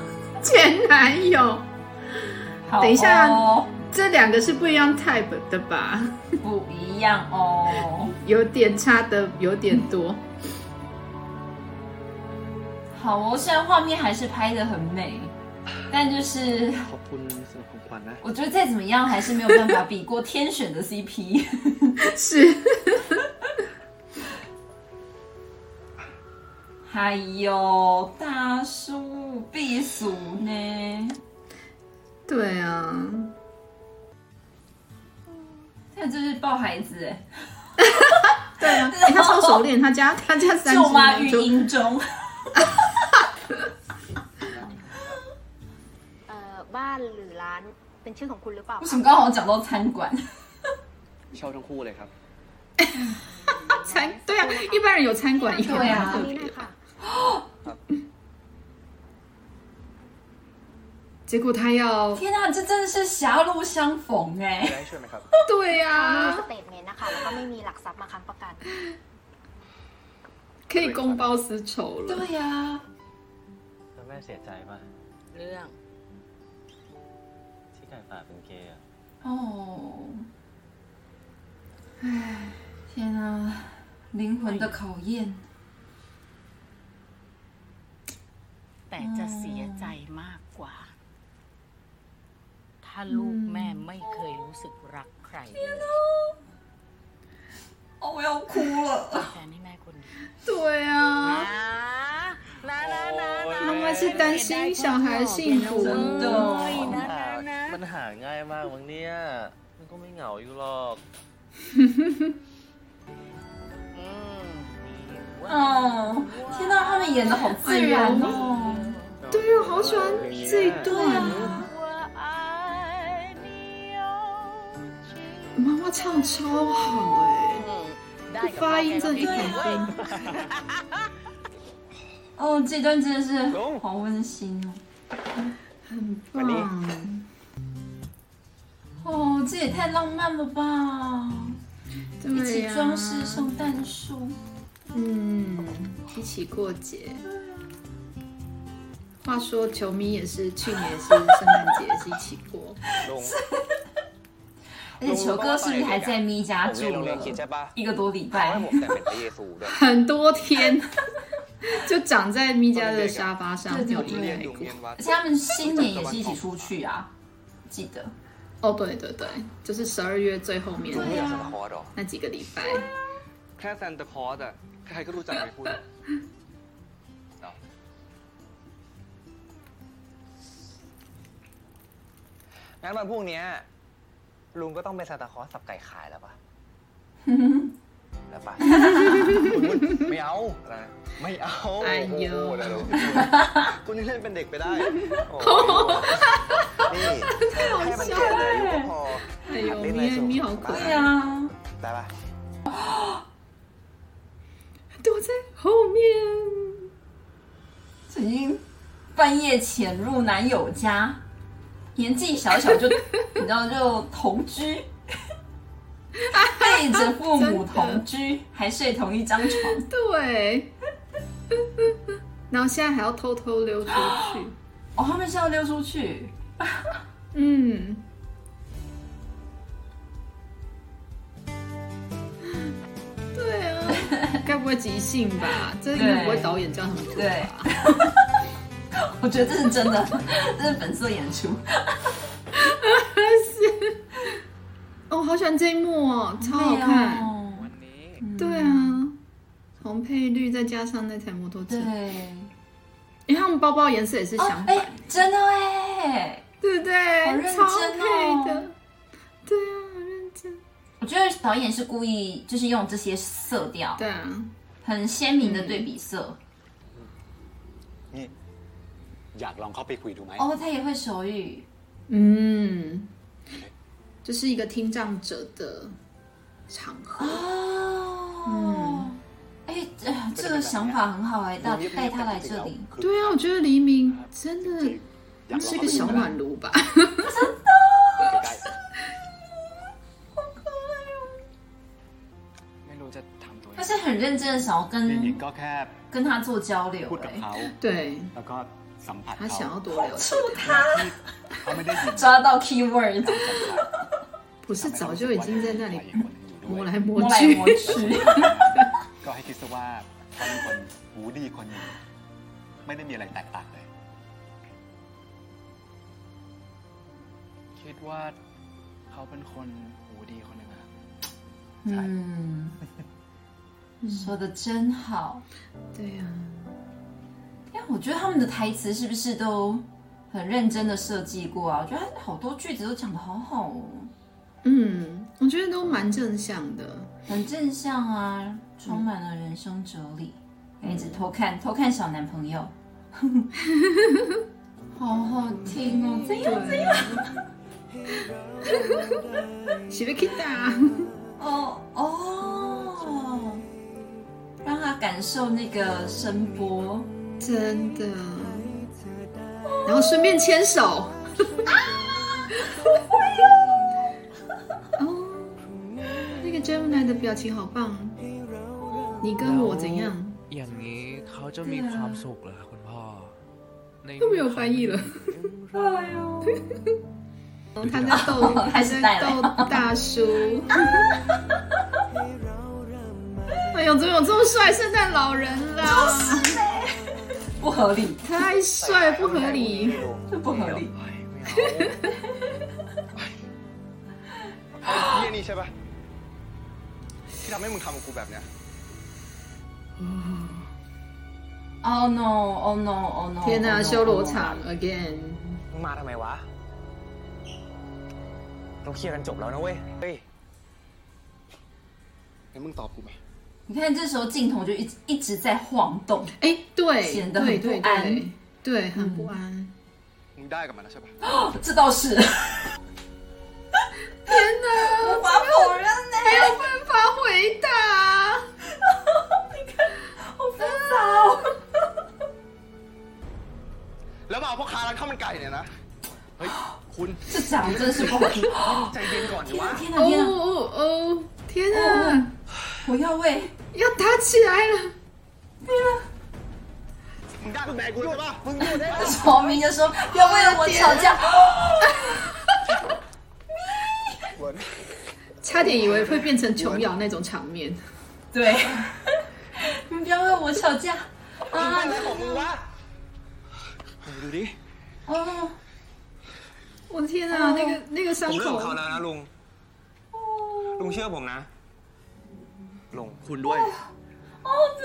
Speaker 4: 前男友，
Speaker 1: 好、哦，
Speaker 4: 等一下啊这两个是不一样 type 的吧？
Speaker 1: 不一样哦。
Speaker 4: 有点差的有点多。
Speaker 1: 好哦，虽然画面还是拍的很美，但就是
Speaker 7: ขอบคุณสำหรับของขวัญนะ
Speaker 1: 我觉得再怎么样还是没有办法比过天选的 CP。
Speaker 4: 是，
Speaker 1: 哎呦，大叔避暑呢？
Speaker 4: 对啊，
Speaker 1: 看这是抱孩子哎，
Speaker 4: 对 啊，欸、他超熟练，他家他家三
Speaker 1: 舅妈
Speaker 4: 只
Speaker 1: 育
Speaker 4: 就
Speaker 1: 婴 中，
Speaker 9: เอ่อบ้านหรือร้านเป็นชื่อของคุณหรือเปล่า
Speaker 1: 为什么刚好讲到餐馆？
Speaker 7: ชอบทั้งคู่เลยครับ
Speaker 4: 餐对啊，一般人有餐馆，一般
Speaker 1: 对
Speaker 4: 人
Speaker 1: 啊
Speaker 4: 特别吧。结果他要
Speaker 1: 天啊哪，这真的是狭路相逢哎、
Speaker 5: ได้ช่วยไหมครับ
Speaker 4: 对呀、
Speaker 9: ส
Speaker 1: 啊
Speaker 9: เตทเมนต์นะคะแล้วก็ไม่มีหลักทรัพย์มาค้ำประกัน
Speaker 4: 可以公报私仇了。
Speaker 1: 对呀、
Speaker 8: แล้วแม่เสียใจป่ะ
Speaker 2: เรื่อง
Speaker 8: ที่ไก่ป่าเป็นเกย์อะ
Speaker 1: 哦，哎，天啊，灵魂的考验。
Speaker 11: แต่จะเสียใจมากกว่า ถ้าลูกแม่ไม่เคยรู้สึกรักใครเลย
Speaker 1: 哦，我要哭了。
Speaker 11: แฟนให้แม่คนเดียว
Speaker 4: 对啊，
Speaker 11: นะนะนะนะ
Speaker 4: 妈妈是担心小孩幸福
Speaker 1: 真的，
Speaker 11: นะนะนะ
Speaker 8: มันหาง่ายมากวังเนี่ย มันก็ไม่เหงาอยู่หรอก
Speaker 11: อืมดีเว้ย
Speaker 1: 嗯，天哪，他们演的好自然哦。
Speaker 4: 对啊，好喜欢这一段啊！妈妈唱超好哎、
Speaker 11: อืมได้
Speaker 4: 这
Speaker 11: กับ
Speaker 4: 发音
Speaker 11: พ่อ
Speaker 4: 真的一
Speaker 11: แม่
Speaker 4: 百
Speaker 11: เว้
Speaker 4: 分。
Speaker 11: ย
Speaker 1: 哦，这段真的是好温馨哦。
Speaker 4: 很棒，
Speaker 1: 哦，这也太浪漫了吧！一
Speaker 4: 对
Speaker 1: 起
Speaker 4: 呀、
Speaker 1: 装饰圣诞树，
Speaker 4: 嗯，一起过节。话说，球迷也是去年也是圣诞节也是一起过，
Speaker 10: ลง
Speaker 1: 而且球哥是不是还在咪家住了一个多礼
Speaker 10: เขาให้
Speaker 1: 拜
Speaker 10: ผม？แต่งเป็นพระเยซูด้วย
Speaker 4: 很多天，就长在咪家的沙发上
Speaker 1: 对对
Speaker 4: 没有
Speaker 1: 对
Speaker 4: 离开过。
Speaker 1: 而且他们新年也是一起出去啊，记得。
Speaker 4: 哦，对对对，就是十二月最后面
Speaker 7: ไม่อยากสะท้อหรอ
Speaker 4: 那几个礼拜。
Speaker 7: แค่แซนตาคลอสอะใครๆก็รู้จักไม่พูดเอา
Speaker 10: งั้นวันพรุ่งเนี้ยลุงก็ต้องเป็นซานตาคลอสสับไก่ขายแล้วปะแล้วปะ
Speaker 7: ไม่เอาอะไรนะไม่เอา
Speaker 4: 哎呦
Speaker 7: โโหอะไรวะคุณนี่เล่นเป็นเด็กไปได้
Speaker 10: นี่ให้มันแค่ในอายุก็พอ
Speaker 4: 哎呦，咪呀咪好可
Speaker 1: 对
Speaker 4: 爱，
Speaker 1: 啊，
Speaker 10: ได้ปะ
Speaker 4: 躲在后面。
Speaker 1: 曾经半夜潜入男友家，年纪小小就你知道就同居，背着父母同 居，还睡同一张床。
Speaker 4: 对，然后现在还要偷偷溜出去。
Speaker 1: 哦，他们是要溜出去，
Speaker 4: 嗯。对啊，该不会即兴吧？这应该不会导演叫他们做
Speaker 1: 对
Speaker 4: 吧？
Speaker 1: 我觉得这是真的，这是本色演出。
Speaker 4: 哦，好喜欢这一幕哦，超好看。
Speaker 5: วันนี้
Speaker 4: 对啊，红配绿再加上那台摩托车
Speaker 1: 对，，
Speaker 4: 因为他们包包颜色也是
Speaker 1: 哦
Speaker 4: 相，
Speaker 1: 哎、
Speaker 4: 反，
Speaker 1: 真的哎。
Speaker 4: 对不
Speaker 1: 好认
Speaker 4: 对？
Speaker 1: 真
Speaker 4: 超
Speaker 1: 哦
Speaker 4: 配的，对啊，好认真。
Speaker 1: 我觉得导演是故意就是用这些色调，
Speaker 4: 对啊，
Speaker 1: 很鲜明的对比色。
Speaker 6: นี่อยากลองเข้าไปคุยดูไหม
Speaker 1: 哦，他也会手语，
Speaker 4: 嗯，这是一个听障者的场合。
Speaker 1: 啊哦，哎、呃这个想法很好哎、带带他来这里，
Speaker 4: 对啊，我觉得黎明真的
Speaker 6: อยากลอง
Speaker 4: 是
Speaker 6: เข้า
Speaker 4: 个
Speaker 6: ไป
Speaker 4: 小
Speaker 6: ดูไหม
Speaker 4: 暖炉吧。
Speaker 6: ใกล้
Speaker 5: ไม่รู้จะทำตัวยัง
Speaker 1: 他
Speaker 5: ไง
Speaker 1: 是很认真的想要
Speaker 6: ๆลิงหญิ
Speaker 1: 跟
Speaker 6: งก็แค่
Speaker 1: 跟他做交流
Speaker 6: พูด
Speaker 1: 哎、
Speaker 6: กับเขา
Speaker 4: 对
Speaker 6: แล้วก็สัมผัส
Speaker 4: 他
Speaker 6: เขา
Speaker 4: 想要多了解，
Speaker 6: เขาไม่ได้ยิน
Speaker 1: 抓到 keyword，
Speaker 4: 不是早就已经在那里
Speaker 6: คนหนึ่งอยู่ ด้วย
Speaker 4: 摸来摸
Speaker 1: 摸来
Speaker 4: 去
Speaker 1: 摸。去，
Speaker 6: ก็ให้คิดซะว่าเขาเป็นคนหูดีคนหนึ่งไม่ได้มีอะไรแตกต่างเลย
Speaker 5: คิดว่าเขาเป็นคนหูดีคนหนึ่งอะ
Speaker 1: 嗯，说的真好。
Speaker 4: 对啊呀、
Speaker 1: 哎，我觉得他们的台词是不是都很认真的设计过啊？我觉得他好多句子都讲的好好哦，
Speaker 4: 嗯，我觉得都蛮正向的。
Speaker 1: 很正向啊，充满了人生哲理。
Speaker 4: 嗯
Speaker 1: 哎一直偷看偷看小男 朋友，好好听哦，
Speaker 4: 嗯
Speaker 1: 怎样 怎样？
Speaker 4: 啊喜贝 Kita，
Speaker 1: 哦哦，感受那个声波，
Speaker 4: 真的。然后顺便牵手。
Speaker 1: 啊
Speaker 4: 哦，那个 Gemini 的表情好棒。你跟我怎样？
Speaker 12: อย่างนี้เขาจะมีความสุ
Speaker 1: 啊
Speaker 12: ขเหรอครับคุณพ่อใน
Speaker 4: 都没有翻译了。
Speaker 1: 哎呦，
Speaker 4: 他在逗，他
Speaker 1: 开始带
Speaker 4: 在
Speaker 1: 了
Speaker 4: 逗大叔。哎呦，怎么有这么帅圣诞老人啦？
Speaker 1: 不合理，
Speaker 4: 太帅不合理，
Speaker 1: 这不合理。
Speaker 7: เฮียนี่ใช่ปะที่ทำให้มึงทำกับกูแบบเนี้ย
Speaker 1: Oh no! Oh no! Oh no!
Speaker 4: 天哪，
Speaker 1: 哪，
Speaker 4: 修罗场 again！
Speaker 13: มึงมาทำไมวะ เราเคลียร์กันจบแล้วนะเว้ย เฮ้ย
Speaker 7: งั้นมึงตอบกูไหม
Speaker 1: 你看这时候镜头就一直一直在晃动，
Speaker 4: 哎，对，
Speaker 1: 显得很不
Speaker 4: 对
Speaker 1: 安，
Speaker 4: 对对对，很不安。
Speaker 7: มึงได้กับมันแล้วใช่ปะ
Speaker 1: 哦这倒是。天
Speaker 4: 哪，
Speaker 1: 无法否认呢，
Speaker 4: 没有办法回答。
Speaker 1: 好烦躁。
Speaker 7: แล้วมาเอาพ่อค้าร้านข้าวมันไก่เนี่ยนะ เฮ้ย คุณ
Speaker 1: 这讲真是不好听。
Speaker 7: ใจเย็นก่อนดิวะ
Speaker 1: 天哪天哪！
Speaker 4: 哦哦哦！天
Speaker 1: 哦
Speaker 4: 哪，
Speaker 1: 我要喂，
Speaker 4: 要打起来了！
Speaker 7: มึงได้กับแบกกูใช่ปะมึง
Speaker 1: 小明就说不要为了我吵架。
Speaker 4: 差点以为会变成琼瑶那种场面。
Speaker 1: 对， 你不要为我吵架
Speaker 7: มึ
Speaker 1: 啊
Speaker 7: ง！ได้ของมึงวะมึงดูดิ
Speaker 1: 哦，
Speaker 4: 我的天啊哪，那个那个伤
Speaker 13: ผมเรื่องของเขา
Speaker 4: 口，
Speaker 13: แล้วนะลุง ลุงเชื่อผมนะ ลุง
Speaker 7: คุณด้วย
Speaker 1: 好不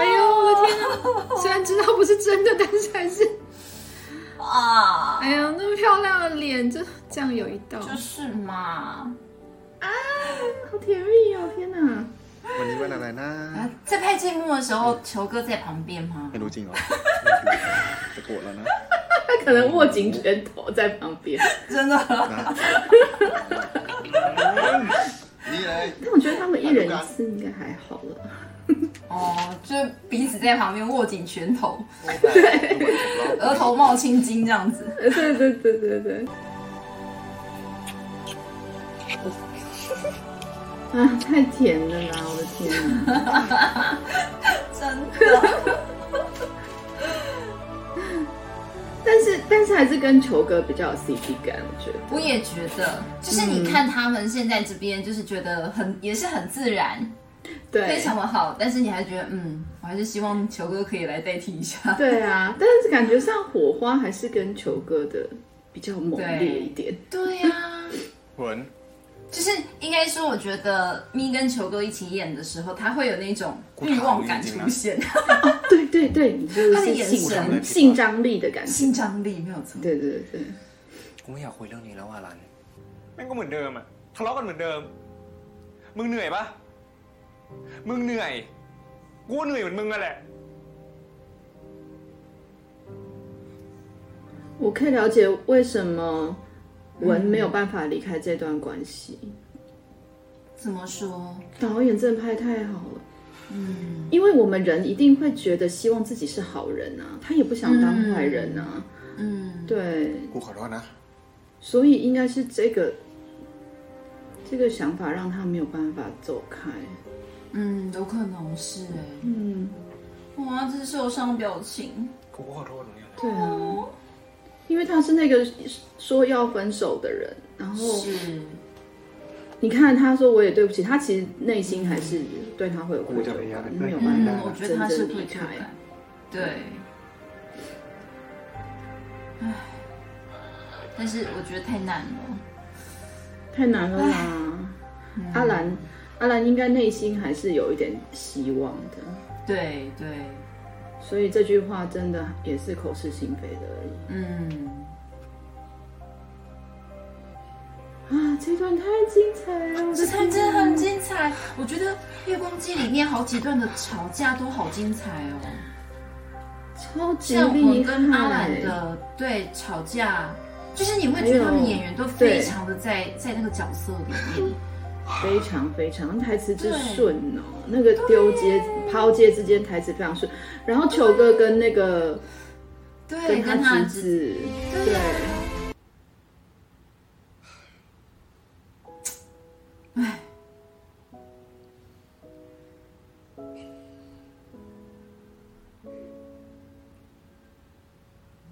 Speaker 4: 哎呦，我的天哪！虽然知道不是真的，但是还是，
Speaker 1: 要啊！
Speaker 4: 哎呀，那么漂亮的脸，这这样有一道，
Speaker 1: 就是嘛。
Speaker 4: 好甜蜜哦！天哪，
Speaker 7: วันนี้วันอะไรนะ
Speaker 1: 啊在拍这一幕的时候，球哥在旁边吗？
Speaker 7: ไม่รู้จริงเหรอจะโกรธแล้วนะ
Speaker 4: 他可能握紧拳头在旁边。
Speaker 1: 真的。
Speaker 7: นี่เลย
Speaker 4: 但我觉得他们一人一次应该还好了。
Speaker 1: 哦，就是彼此在旁边握紧拳头，额头冒青筋这样子。
Speaker 4: 对对对对对。啊，太甜了啦！我的天哪，
Speaker 1: 真的。
Speaker 4: 但是但是还是跟球哥比较有 CP 感，我觉得。
Speaker 1: 我也觉得，嗯就是你看他们现在这边，就是觉得很也是很自然，
Speaker 4: 对啊
Speaker 1: 非常的好。但是你还觉得，嗯，我还是希望球哥可以来代替一下。
Speaker 4: 对啊，但是感觉上火花还是跟球哥的比较猛烈一点。
Speaker 1: 对呀、
Speaker 7: เหมือน
Speaker 1: 就是应该说，我觉得咪跟球哥一起演的时候，他会有那种欲望感出现，
Speaker 4: 对对对，你就
Speaker 1: 他的
Speaker 4: 是
Speaker 1: 眼
Speaker 4: 性
Speaker 1: 神
Speaker 4: 性张力的感觉，
Speaker 1: 性张力没有错。
Speaker 4: 对对对，
Speaker 13: กูไม่อยากคุยเรื่องนี้แล้วอ่ะรัน แม่งก็เหมือนเดิมอะทะเลาะกันเหมือนเดิม มึงเหนื่อยปะมึงเหนื่อย กูก็เหนื่อยเหมือนมึงนั่นแหละ
Speaker 4: 我可以了解为什么文没有办法离开这段关系。
Speaker 1: 怎么说？
Speaker 4: 导演真的拍太好了，
Speaker 1: 嗯，
Speaker 4: 因为我们人一定会觉得希望自己是好人啊，他也不想当坏人啊，
Speaker 1: 嗯，
Speaker 4: 对，
Speaker 7: กูขอโทษนะ
Speaker 4: 所以应该是这个这个想法让他没有办法走开。
Speaker 1: 嗯，有可能是哎、
Speaker 4: 嗯，
Speaker 1: 哇，这是受伤表情，
Speaker 13: กูก็ขอโทษเหมือนกัน
Speaker 4: 对啊，因为他是那个说要分手的人，然后
Speaker 1: 是
Speaker 4: 你看他说我也对不起他，其实内心还是对他会有愧疚感，没有办
Speaker 1: 嗯
Speaker 4: 法
Speaker 1: 我觉得
Speaker 4: 真
Speaker 1: 他是
Speaker 4: 正
Speaker 1: 愧
Speaker 4: 离
Speaker 1: 疚
Speaker 4: 开。
Speaker 1: 感对。唉，但是我觉得太难了。
Speaker 4: 太难了啦！阿兰，阿兰应该内心还是有一点希望的，
Speaker 1: 对对，
Speaker 4: 所以这句话真的也是口是心非的而已
Speaker 1: 嗯，
Speaker 4: 啊！这段太精彩了，我
Speaker 1: 这
Speaker 4: 的
Speaker 1: 餐
Speaker 4: 天
Speaker 1: 真的很精彩。我觉得《月光姬》里面好几段的吵架都好精彩哦。
Speaker 4: 超级
Speaker 1: 像我
Speaker 4: 厉
Speaker 1: 跟阿
Speaker 4: 害
Speaker 1: 兰！的对吵哎架，就是你会觉得他们演员都非常的在在那个角色里面，
Speaker 4: 非常非常台词之顺哦，那个丢接抛接之间台词非常顺。然后球哥跟那个
Speaker 1: 对
Speaker 4: 跟
Speaker 1: 跟他
Speaker 4: 他侄子，对，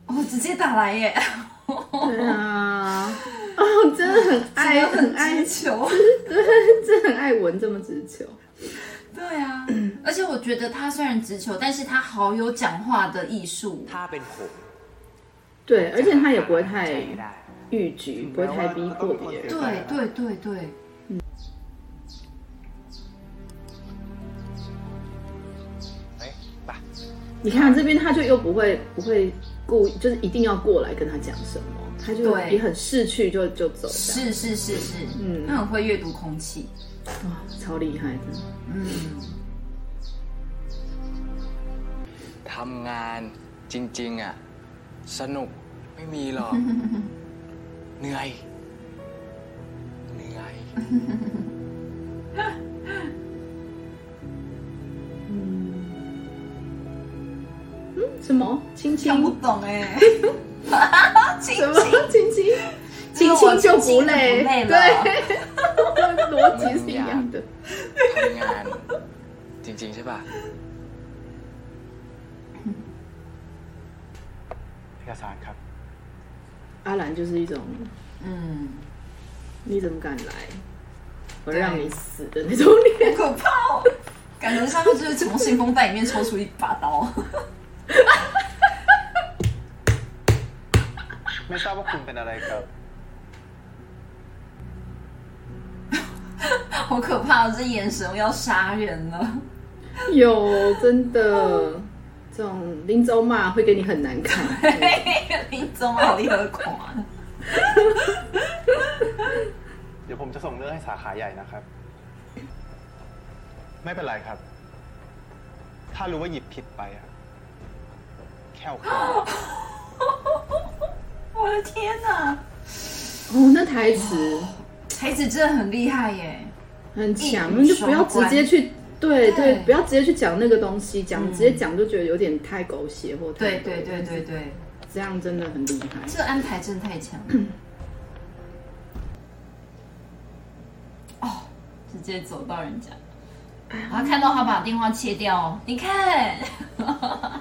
Speaker 1: 哦，直接打来耶！
Speaker 4: 对啊， 哦，真的很爱
Speaker 1: 真的哎很
Speaker 4: 很爱
Speaker 1: 直球，
Speaker 4: 对，真的很爱文这么直球。
Speaker 1: 对啊，而且我觉得他虽然直球，但是他好有讲话的艺术。
Speaker 6: 他เป็นผม
Speaker 4: 对，而且他也不会太逾矩，不会太逼迫别人。
Speaker 1: 对对对对，
Speaker 4: 你看这边他就又不会不会故意，就是一定要过来跟他讲什么，他就
Speaker 1: 对
Speaker 4: 也很识趣就就走这
Speaker 1: 是
Speaker 4: 样，
Speaker 1: 是是是，
Speaker 4: 嗯
Speaker 1: 他很会阅读空气。
Speaker 4: 哇，超厉害的。
Speaker 1: 嗯，
Speaker 8: ทำงานจริง ๆ อ่ะ สนุกไม่มีหรอก เหนื่อย เหนื่อย
Speaker 4: 嗯，什么亲亲？
Speaker 1: 不懂哎、 亲
Speaker 4: 什么亲亲？
Speaker 1: 就是
Speaker 4: 亲
Speaker 1: 我
Speaker 4: 亲
Speaker 1: 亲亲就
Speaker 4: 就不
Speaker 1: 不
Speaker 4: 累，
Speaker 1: 累了
Speaker 4: 对， 逻辑是一样 的。
Speaker 8: ทำงานจริง ๆ ใช่ป่ะ
Speaker 13: เอกสารครับ
Speaker 4: 阿兰就是一种，
Speaker 1: 嗯，
Speaker 4: 你怎么敢来？我
Speaker 1: 对
Speaker 4: 让你死的那种脸。
Speaker 1: 好可怕哦，感觉像就是从信封袋里面抽出一把刀。
Speaker 13: ไม่ทราบว่าคุณเป็นอะไรครับ
Speaker 1: 好可怕哦！这眼神要杀人了。
Speaker 4: 有真 的，这种林州骂会给你很难看。
Speaker 1: 林宗好厉害狂。啊
Speaker 13: เดี๋ยวผมจะส่งเรื่องให้สาขาใหญ่นะครับ ไม่เป็นไรครับ ถ้ารู้ว่าหยิบผิดไปอะแค่เอา คืน
Speaker 1: 我的天哪，
Speaker 4: 哦，那台词
Speaker 1: 才子真的很厉害耶！
Speaker 4: 很强，
Speaker 1: 一语
Speaker 4: 就不要
Speaker 1: 双
Speaker 4: 直
Speaker 1: 关
Speaker 4: 接去，对
Speaker 1: 对
Speaker 4: 对，不要直接去讲那个东西，讲
Speaker 1: 嗯
Speaker 4: 直接讲就觉得有点太狗血或太
Speaker 1: 对对对对对，
Speaker 4: 这样真的很厉害。
Speaker 1: 这安排真的太强了。哦，直接走到人家，然后看到他把电话切掉哦，你看，
Speaker 4: 啊，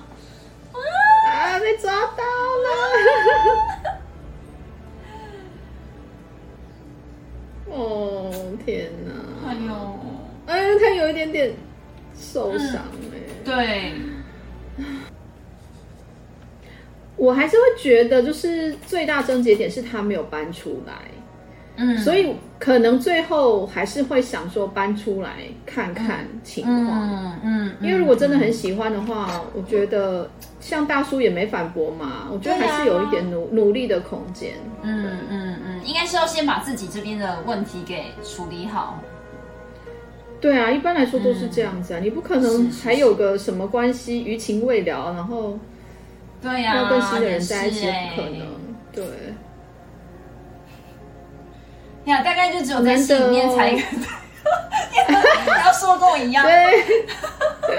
Speaker 4: 被抓到了！ 哦，天哪！
Speaker 1: 哎呦，
Speaker 4: 哎，他有一点点受伤哎、
Speaker 1: 对，
Speaker 4: 我还是会觉得，就是最大症结点是他没有搬出来，
Speaker 1: 嗯，
Speaker 4: 所以可能最后还是会想说搬出来看看情况。
Speaker 1: 嗯嗯，
Speaker 4: 因为如果真的很喜欢的话，我觉得像大叔也没反驳嘛，我觉得
Speaker 1: 对
Speaker 4: 还
Speaker 1: 啊
Speaker 4: 是有一点努、努力的空间。
Speaker 1: 嗯嗯嗯，应该是要先把自己这边的问题给处理好。
Speaker 4: 对啊，一般来说都是这样子啊，你不可能
Speaker 1: 嗯是是
Speaker 4: 还有个什么关系余情未了，然后
Speaker 1: 对呀、
Speaker 4: 要跟新的人在
Speaker 1: 也
Speaker 4: 一起，
Speaker 1: 是哎
Speaker 4: 不可能。对，
Speaker 1: 呀，大概就只有在戏里面才你 要说跟我一样，
Speaker 4: 哦对，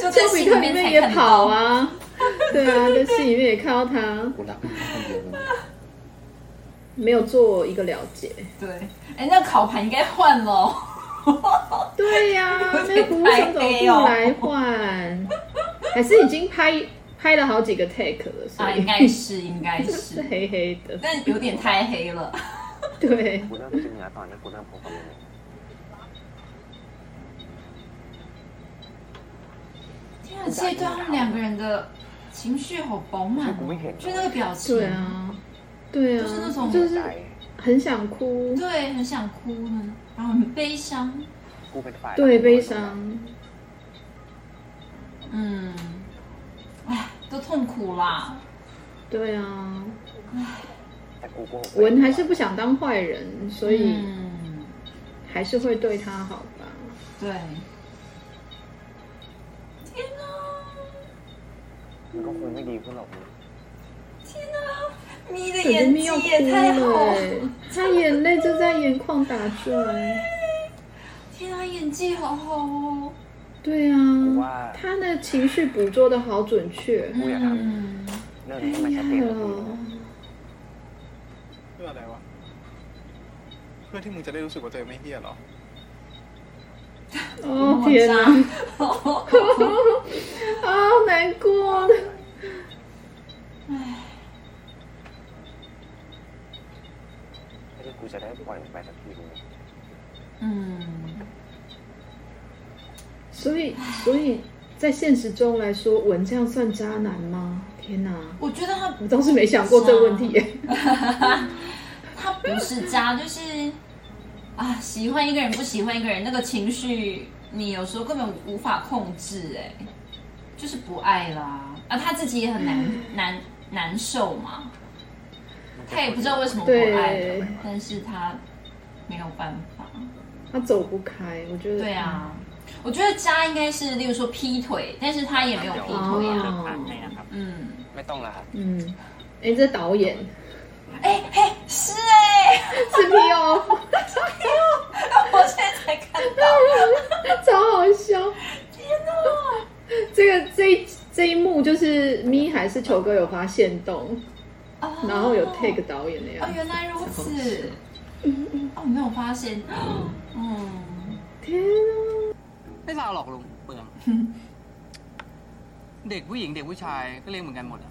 Speaker 1: 就啊在
Speaker 4: 丘比
Speaker 1: 戏
Speaker 4: 特
Speaker 1: 里
Speaker 4: 里
Speaker 1: 面
Speaker 4: 面
Speaker 1: 才
Speaker 4: 也
Speaker 1: 看得
Speaker 4: 跑
Speaker 1: 到。
Speaker 4: 啊，对啊，在戏里面也看到他
Speaker 8: กูรักมึงแค่คนเดียวนะ
Speaker 4: 没有做一个了解。
Speaker 1: 对，哎，那烤盘应该换了。
Speaker 4: 对呀、那个服务生怎么不来
Speaker 1: 哦
Speaker 4: 换？还是已经拍拍了好几个 take 了？所
Speaker 1: 啊，
Speaker 4: 以
Speaker 1: 应该是，应该是
Speaker 4: 是，黑黑的，
Speaker 1: 但有点太黑了。
Speaker 4: 对。
Speaker 10: กูเริ่มกินหงายผ่านแล้วกูเริ่มพบกับมึง
Speaker 1: 天啊，这一段他们两个人的情绪好饱满哦，就那个表情，
Speaker 4: 对啊，对啊，
Speaker 1: 就是那种
Speaker 4: 就是很想哭，
Speaker 1: 对，很想哭呢，然后很悲伤，
Speaker 10: กูเป็นฝ่าย
Speaker 4: 对，悲伤，
Speaker 1: 嗯，哎，都痛苦啦。
Speaker 4: 对啊，
Speaker 10: แต่กูโกหกไป
Speaker 4: 文还是不想当坏人，所以
Speaker 1: 啊嗯，
Speaker 4: 还是会对他好吧。
Speaker 1: 对，
Speaker 10: มันก็คงไม่ดีขึ้นหรอกมึง
Speaker 1: 咪的
Speaker 4: 可是
Speaker 1: 演
Speaker 4: 咪
Speaker 1: 技
Speaker 4: 要哭
Speaker 1: 也太好
Speaker 4: 了，欸，他眼泪就在眼眶打转，
Speaker 1: 他啊演技好好哦。
Speaker 4: 对啊，他的情绪捕捉的好准确。
Speaker 10: กูอยากท
Speaker 1: 嗯
Speaker 10: ำเรื่องนี้ให้มันชัดเจนกว่านี้
Speaker 13: เพื่ออะไรวะ เพื่อที่มึงจะได้รู้สึกว่าตัวเองไม่เฮี้ยเหรอ
Speaker 4: 哦天哪，好难过。
Speaker 10: เพื่อที่กูจะได้ปล่อยมันไปสักทีหนึง
Speaker 1: 嗯，
Speaker 4: 所以，所以在现实中来说，文这样算渣男吗？天哪，
Speaker 1: 我觉得他
Speaker 4: 我倒是没想过这问题耶。
Speaker 1: 啊他不是渣，就是啊，喜欢一个人不喜欢一个人，那个情绪你有时候根本无法控制，哎，就是不爱啦。啊，他自己也很难
Speaker 4: 嗯
Speaker 1: 难难受嘛，他也不知道为什么不爱
Speaker 4: 对，
Speaker 1: 但是他没有办法。
Speaker 4: 他走不开，我觉得。
Speaker 1: 对啊，我觉得渣应该是，例如说劈腿，但是他也没有劈腿
Speaker 4: 哦
Speaker 1: 啊。嗯，
Speaker 10: ไม่ต้องละครับ
Speaker 4: 嗯，哎，这导演
Speaker 1: 哎嘿，是哎、
Speaker 4: 是哦 P O，
Speaker 1: 是 P O，我 现在才看到。
Speaker 4: 超好笑。
Speaker 1: 天哪！
Speaker 4: 这个这一这一幕就是咪还是球哥有发现动， 然后有 take 导演的样
Speaker 1: 哦，
Speaker 4: 子。
Speaker 1: 原来如此。哦，没有发现。哦嗯，
Speaker 4: 天啊哪！
Speaker 14: ไม่เมาหรอกลุงเปลือง เด็กผู้หญิงเด็กผู้ชายก็เลี้ยงเหมือนกันหมดอะ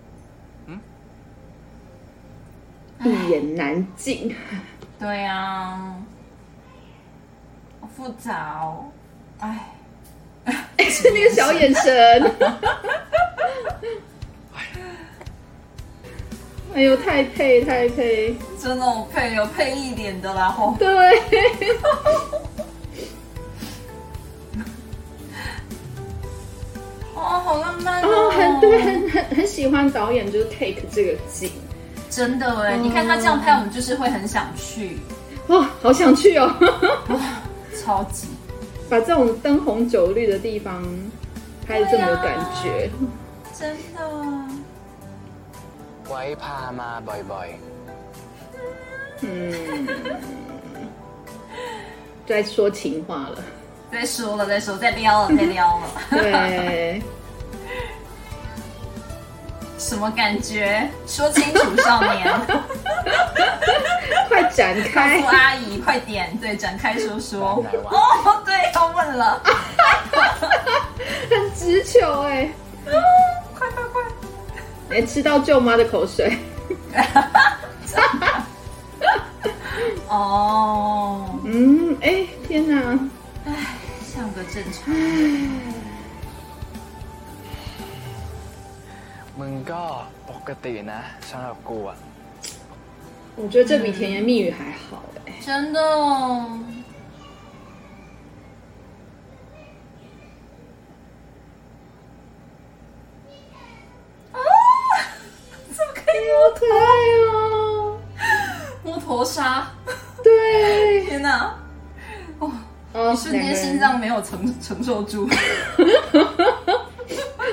Speaker 4: 一言难尽。
Speaker 1: 对啊，好复杂哦。哎，
Speaker 4: 是那个小眼神。哎呦，太配太配，
Speaker 1: 真的我配有配一点的啦吼。
Speaker 4: 对。
Speaker 1: 哦，好浪漫
Speaker 4: 哦，
Speaker 1: 哦，
Speaker 4: 很对，很很很喜欢导演就是 take 这个景，
Speaker 1: 真的哎，你看他这样拍，我们就是会很想去，
Speaker 4: 哇，好想去哦，
Speaker 1: 超级。
Speaker 4: 把这种灯红酒绿的地方拍的这么有感觉，
Speaker 1: 真的。
Speaker 8: ไว้พามาบ่อย
Speaker 4: 嗯，在说情话了，
Speaker 1: 再说了，再说，再 撩了，再撩了。
Speaker 4: 对，
Speaker 1: 什么感觉？说清楚，少 年。
Speaker 4: 快展开
Speaker 1: 告诉阿姨，快点，对，哎展开说说。哦，对，要问了。
Speaker 4: 很直球哎、哎、吃到舅妈的口水，
Speaker 1: 哦，
Speaker 4: 嗯，哎、天哪，
Speaker 1: 像个正常。
Speaker 8: ๆ มึงก็ปกตินะสำหรับกูอะ
Speaker 4: 我觉得这比甜言蜜语还好哎、
Speaker 1: 真的哦。啊怎么可以摸
Speaker 4: 头？哦，
Speaker 1: 摸头杀？
Speaker 4: 对，
Speaker 1: 天哪！哦，
Speaker 4: 哦
Speaker 1: 一瞬间
Speaker 4: 两个人
Speaker 1: 心脏没有承承受住，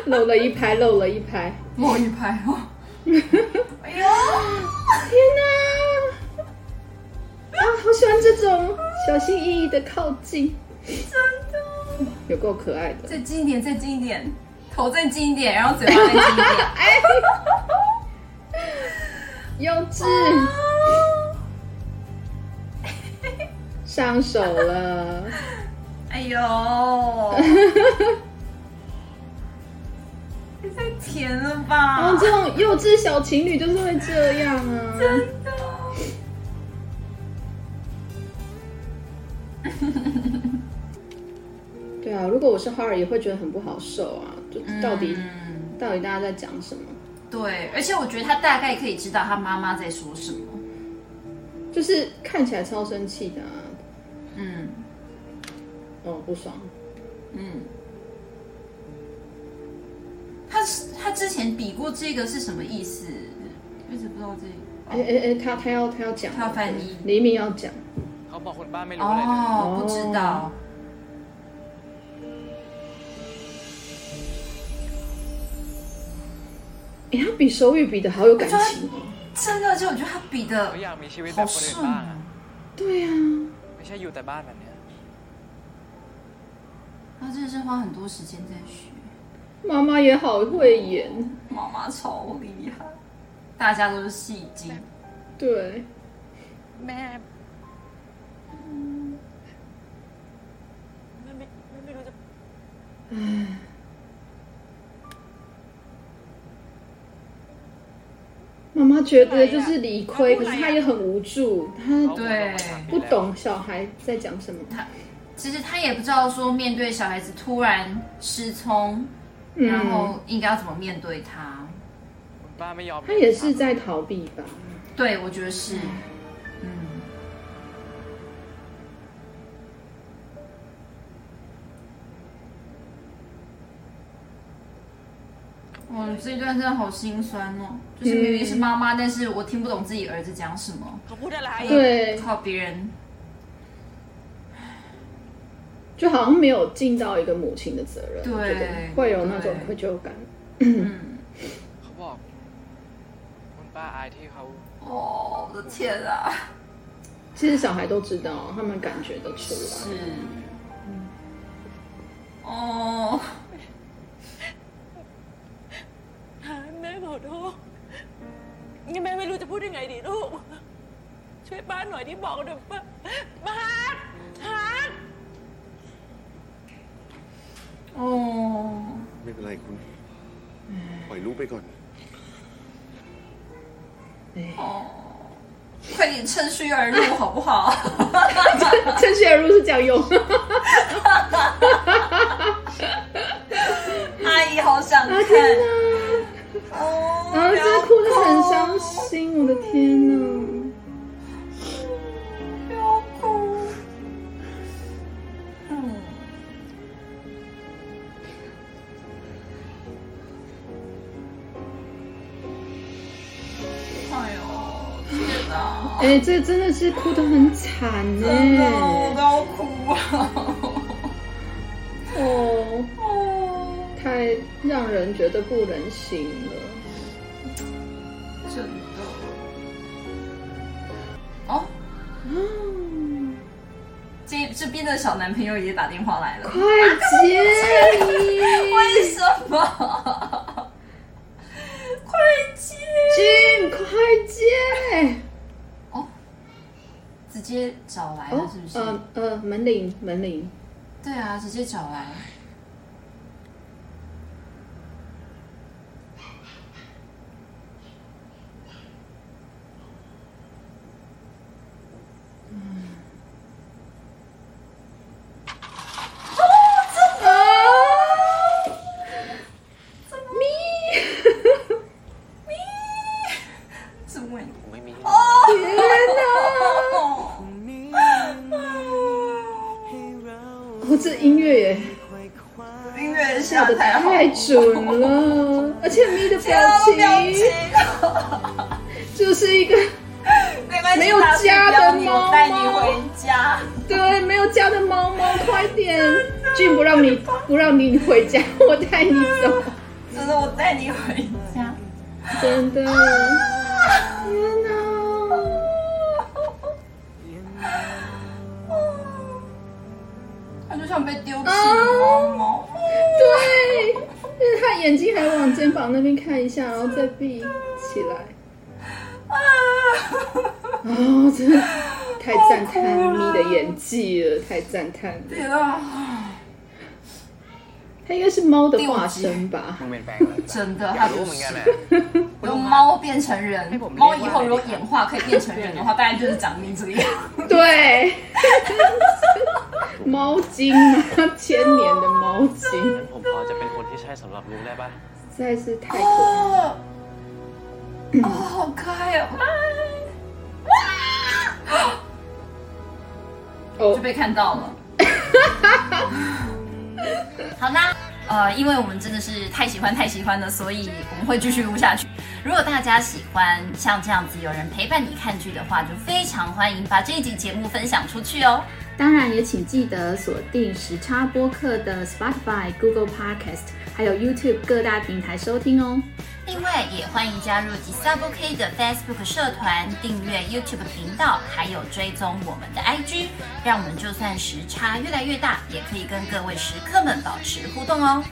Speaker 4: 漏了一拍，漏了一拍，
Speaker 1: 摸一拍 哦。哎呦，
Speaker 4: 天哪！啊，好喜欢这种小心翼翼的靠近，
Speaker 1: 真的！
Speaker 4: 有够可爱的。
Speaker 1: 再近一点，再近一点，头再近一点，然后嘴巴再近一 点。
Speaker 4: 哎，幼稚，上手了，
Speaker 1: 哎呦， 也太甜了吧！
Speaker 4: 然后哦这种幼稚小情侣就是会这样啊。
Speaker 1: 真的。
Speaker 4: 对啊，如果我是花儿，也会觉得很不好受啊。就
Speaker 1: 嗯
Speaker 4: 到底、到底大家在讲什么？
Speaker 1: 对，而且我觉得他大概可以知道他妈妈在说什么。
Speaker 4: 就是看起来超生气的啊，
Speaker 1: 嗯
Speaker 4: 哦，不爽。
Speaker 1: 嗯，他之前比过这个是什么意思？一直不知道这个。
Speaker 4: 哎哎哎，他他要他要讲，
Speaker 1: 他翻译，
Speaker 4: 黎明要讲，
Speaker 5: เขาบอกคนบ้าไม่รู้อะไรเลย
Speaker 1: 哦，不知道。
Speaker 4: 哎，他比手语比的好有感情哦，
Speaker 1: 真的，就我觉得他比的
Speaker 5: เขาอยากมีชีวิตแบ
Speaker 1: 好
Speaker 5: บคนอื่น
Speaker 1: 顺
Speaker 5: บ้า
Speaker 1: 啊
Speaker 5: งอะ。
Speaker 4: 对啊呀、
Speaker 5: ไม่ใช่อยู่แต่บ้านแบบเนี้ย
Speaker 1: 他真的是花很多时间在学，
Speaker 4: 妈妈也好会演，
Speaker 1: 妈妈超厉害，大家都是戏精。
Speaker 4: 对，
Speaker 11: แม่แม่ไม่ไม่รู้จะ
Speaker 4: 唉妈妈觉得就是理亏，
Speaker 1: 啊
Speaker 4: 可是她也很无助，她
Speaker 1: 对
Speaker 4: 不懂小孩在讲什么。
Speaker 1: 其实他也不知道说面对小孩子突然失聪，
Speaker 4: 嗯
Speaker 1: 然后应该要怎么面对他。
Speaker 5: คนบ้าไม่ยอม
Speaker 4: 她也是在逃避吧？
Speaker 1: 对，我觉得是。嗯嗯。哇，这一段真的好心酸哦！就是明明是妈妈，但是我听不懂自己儿子讲什么。
Speaker 11: เขาพูดอะไร
Speaker 4: 对
Speaker 1: 靠别人。
Speaker 4: 就好像没有尽到一个母亲的责任，
Speaker 1: 对
Speaker 4: 我觉得会有那种愧疚感。
Speaker 5: เขาบอกคนบ้าอายที่เขา
Speaker 1: 哦，我的天啊！
Speaker 4: 其实小孩都知道，他们感觉得出来。
Speaker 1: 是。嗯哦，
Speaker 11: แม่ขอโทษนี่แม่ไม่รู้จะพูดยังไงดีลูก ช่วยป้าหน่อยที่บอกหน่อยป้าป้าฮัทฮัท
Speaker 1: 哦，
Speaker 15: ไม่เป็นไรคุณ ปล่อยลูกไปก่อน
Speaker 1: 快点趁虚而入好不好？
Speaker 4: 趁虚而入是这样用，
Speaker 1: 阿姨好想看。哦
Speaker 4: 然后真的啊哭得很伤心，我的天哪！
Speaker 1: 嗯，哎呦，天哪！
Speaker 4: 哎、这真的是哭得很惨呢、
Speaker 1: 真的，我都要哭了。
Speaker 4: 哦太让人觉得不忍心了。
Speaker 1: 真的。哦，这这边的小男朋友也打电话来了，
Speaker 4: 快 接
Speaker 1: 为什么？ 快接！
Speaker 4: 君，快接！
Speaker 1: 直接找来了
Speaker 4: 哦
Speaker 1: 啊是不，是？
Speaker 4: 呃呃，门铃门铃，
Speaker 1: 对啊，直接找来。嗯哦怎么会
Speaker 10: ผมไม่มีให้
Speaker 1: 哦！天哪！
Speaker 4: 哦，这音乐也
Speaker 1: 音乐
Speaker 4: 下
Speaker 1: 下
Speaker 4: 的
Speaker 1: 得太好了
Speaker 4: 太准了，而且咪的
Speaker 1: 啊
Speaker 4: 表情就是一个
Speaker 1: 没关系
Speaker 4: 没有家的
Speaker 1: 我
Speaker 4: 猫
Speaker 1: 带你
Speaker 4: 猫，
Speaker 1: 回家。
Speaker 4: 对，没有家的猫猫，快点！俊不让你不让你回 家，我带你走，
Speaker 1: 真的，我带你回家。
Speaker 4: 真的。天哪！
Speaker 1: 它就像被丢弃的猫猫。
Speaker 4: 对，但是他眼睛还往肩膀那边看一下，然后再闭起来。
Speaker 1: 啊
Speaker 4: 哦，真的太赞叹咪的演技了，太赞叹了。
Speaker 1: 天啊！
Speaker 4: 它应该是猫的化身吧？
Speaker 1: 真的，它就是由猫变成人。猫以后如果演化可以变成人的话，大概就是长你这个样子。
Speaker 4: 对， 猫精嘛，千年的猫精，
Speaker 6: ผมพอจะเป็นคนที่ใช่สำหรับลูกได้ปะ
Speaker 4: 实在是太可爱了。
Speaker 1: 哦，哦，好可爱哦！
Speaker 4: 哦
Speaker 1: 就被看到了。好啦，呃，因为我们真的是太喜欢太喜欢了，所以我们会继续录下去。如果大家喜欢像这样子有人陪伴你看剧的话，就非常欢迎把这一集节目分享出去哦。
Speaker 4: 当然也请记得锁定时差播客的 Spotify、Google Podcast，还有 YouTube 各大平台收听哦。
Speaker 1: 另外，也欢迎加入 Disable K 的 Facebook 社团，订阅 YouTube 频道，还有追踪我们的 IG，让我们就算时差越来越大，也可以跟各位食客们保持互动哦。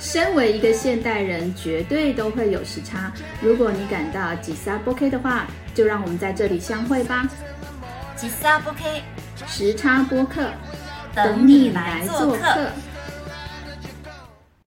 Speaker 4: 身为一个现代人，绝对都会有时差。如果你感到 Disable K 的话，就让我们在这里相会吧。
Speaker 1: Disable K
Speaker 4: 时差播客，
Speaker 1: 等你来做客。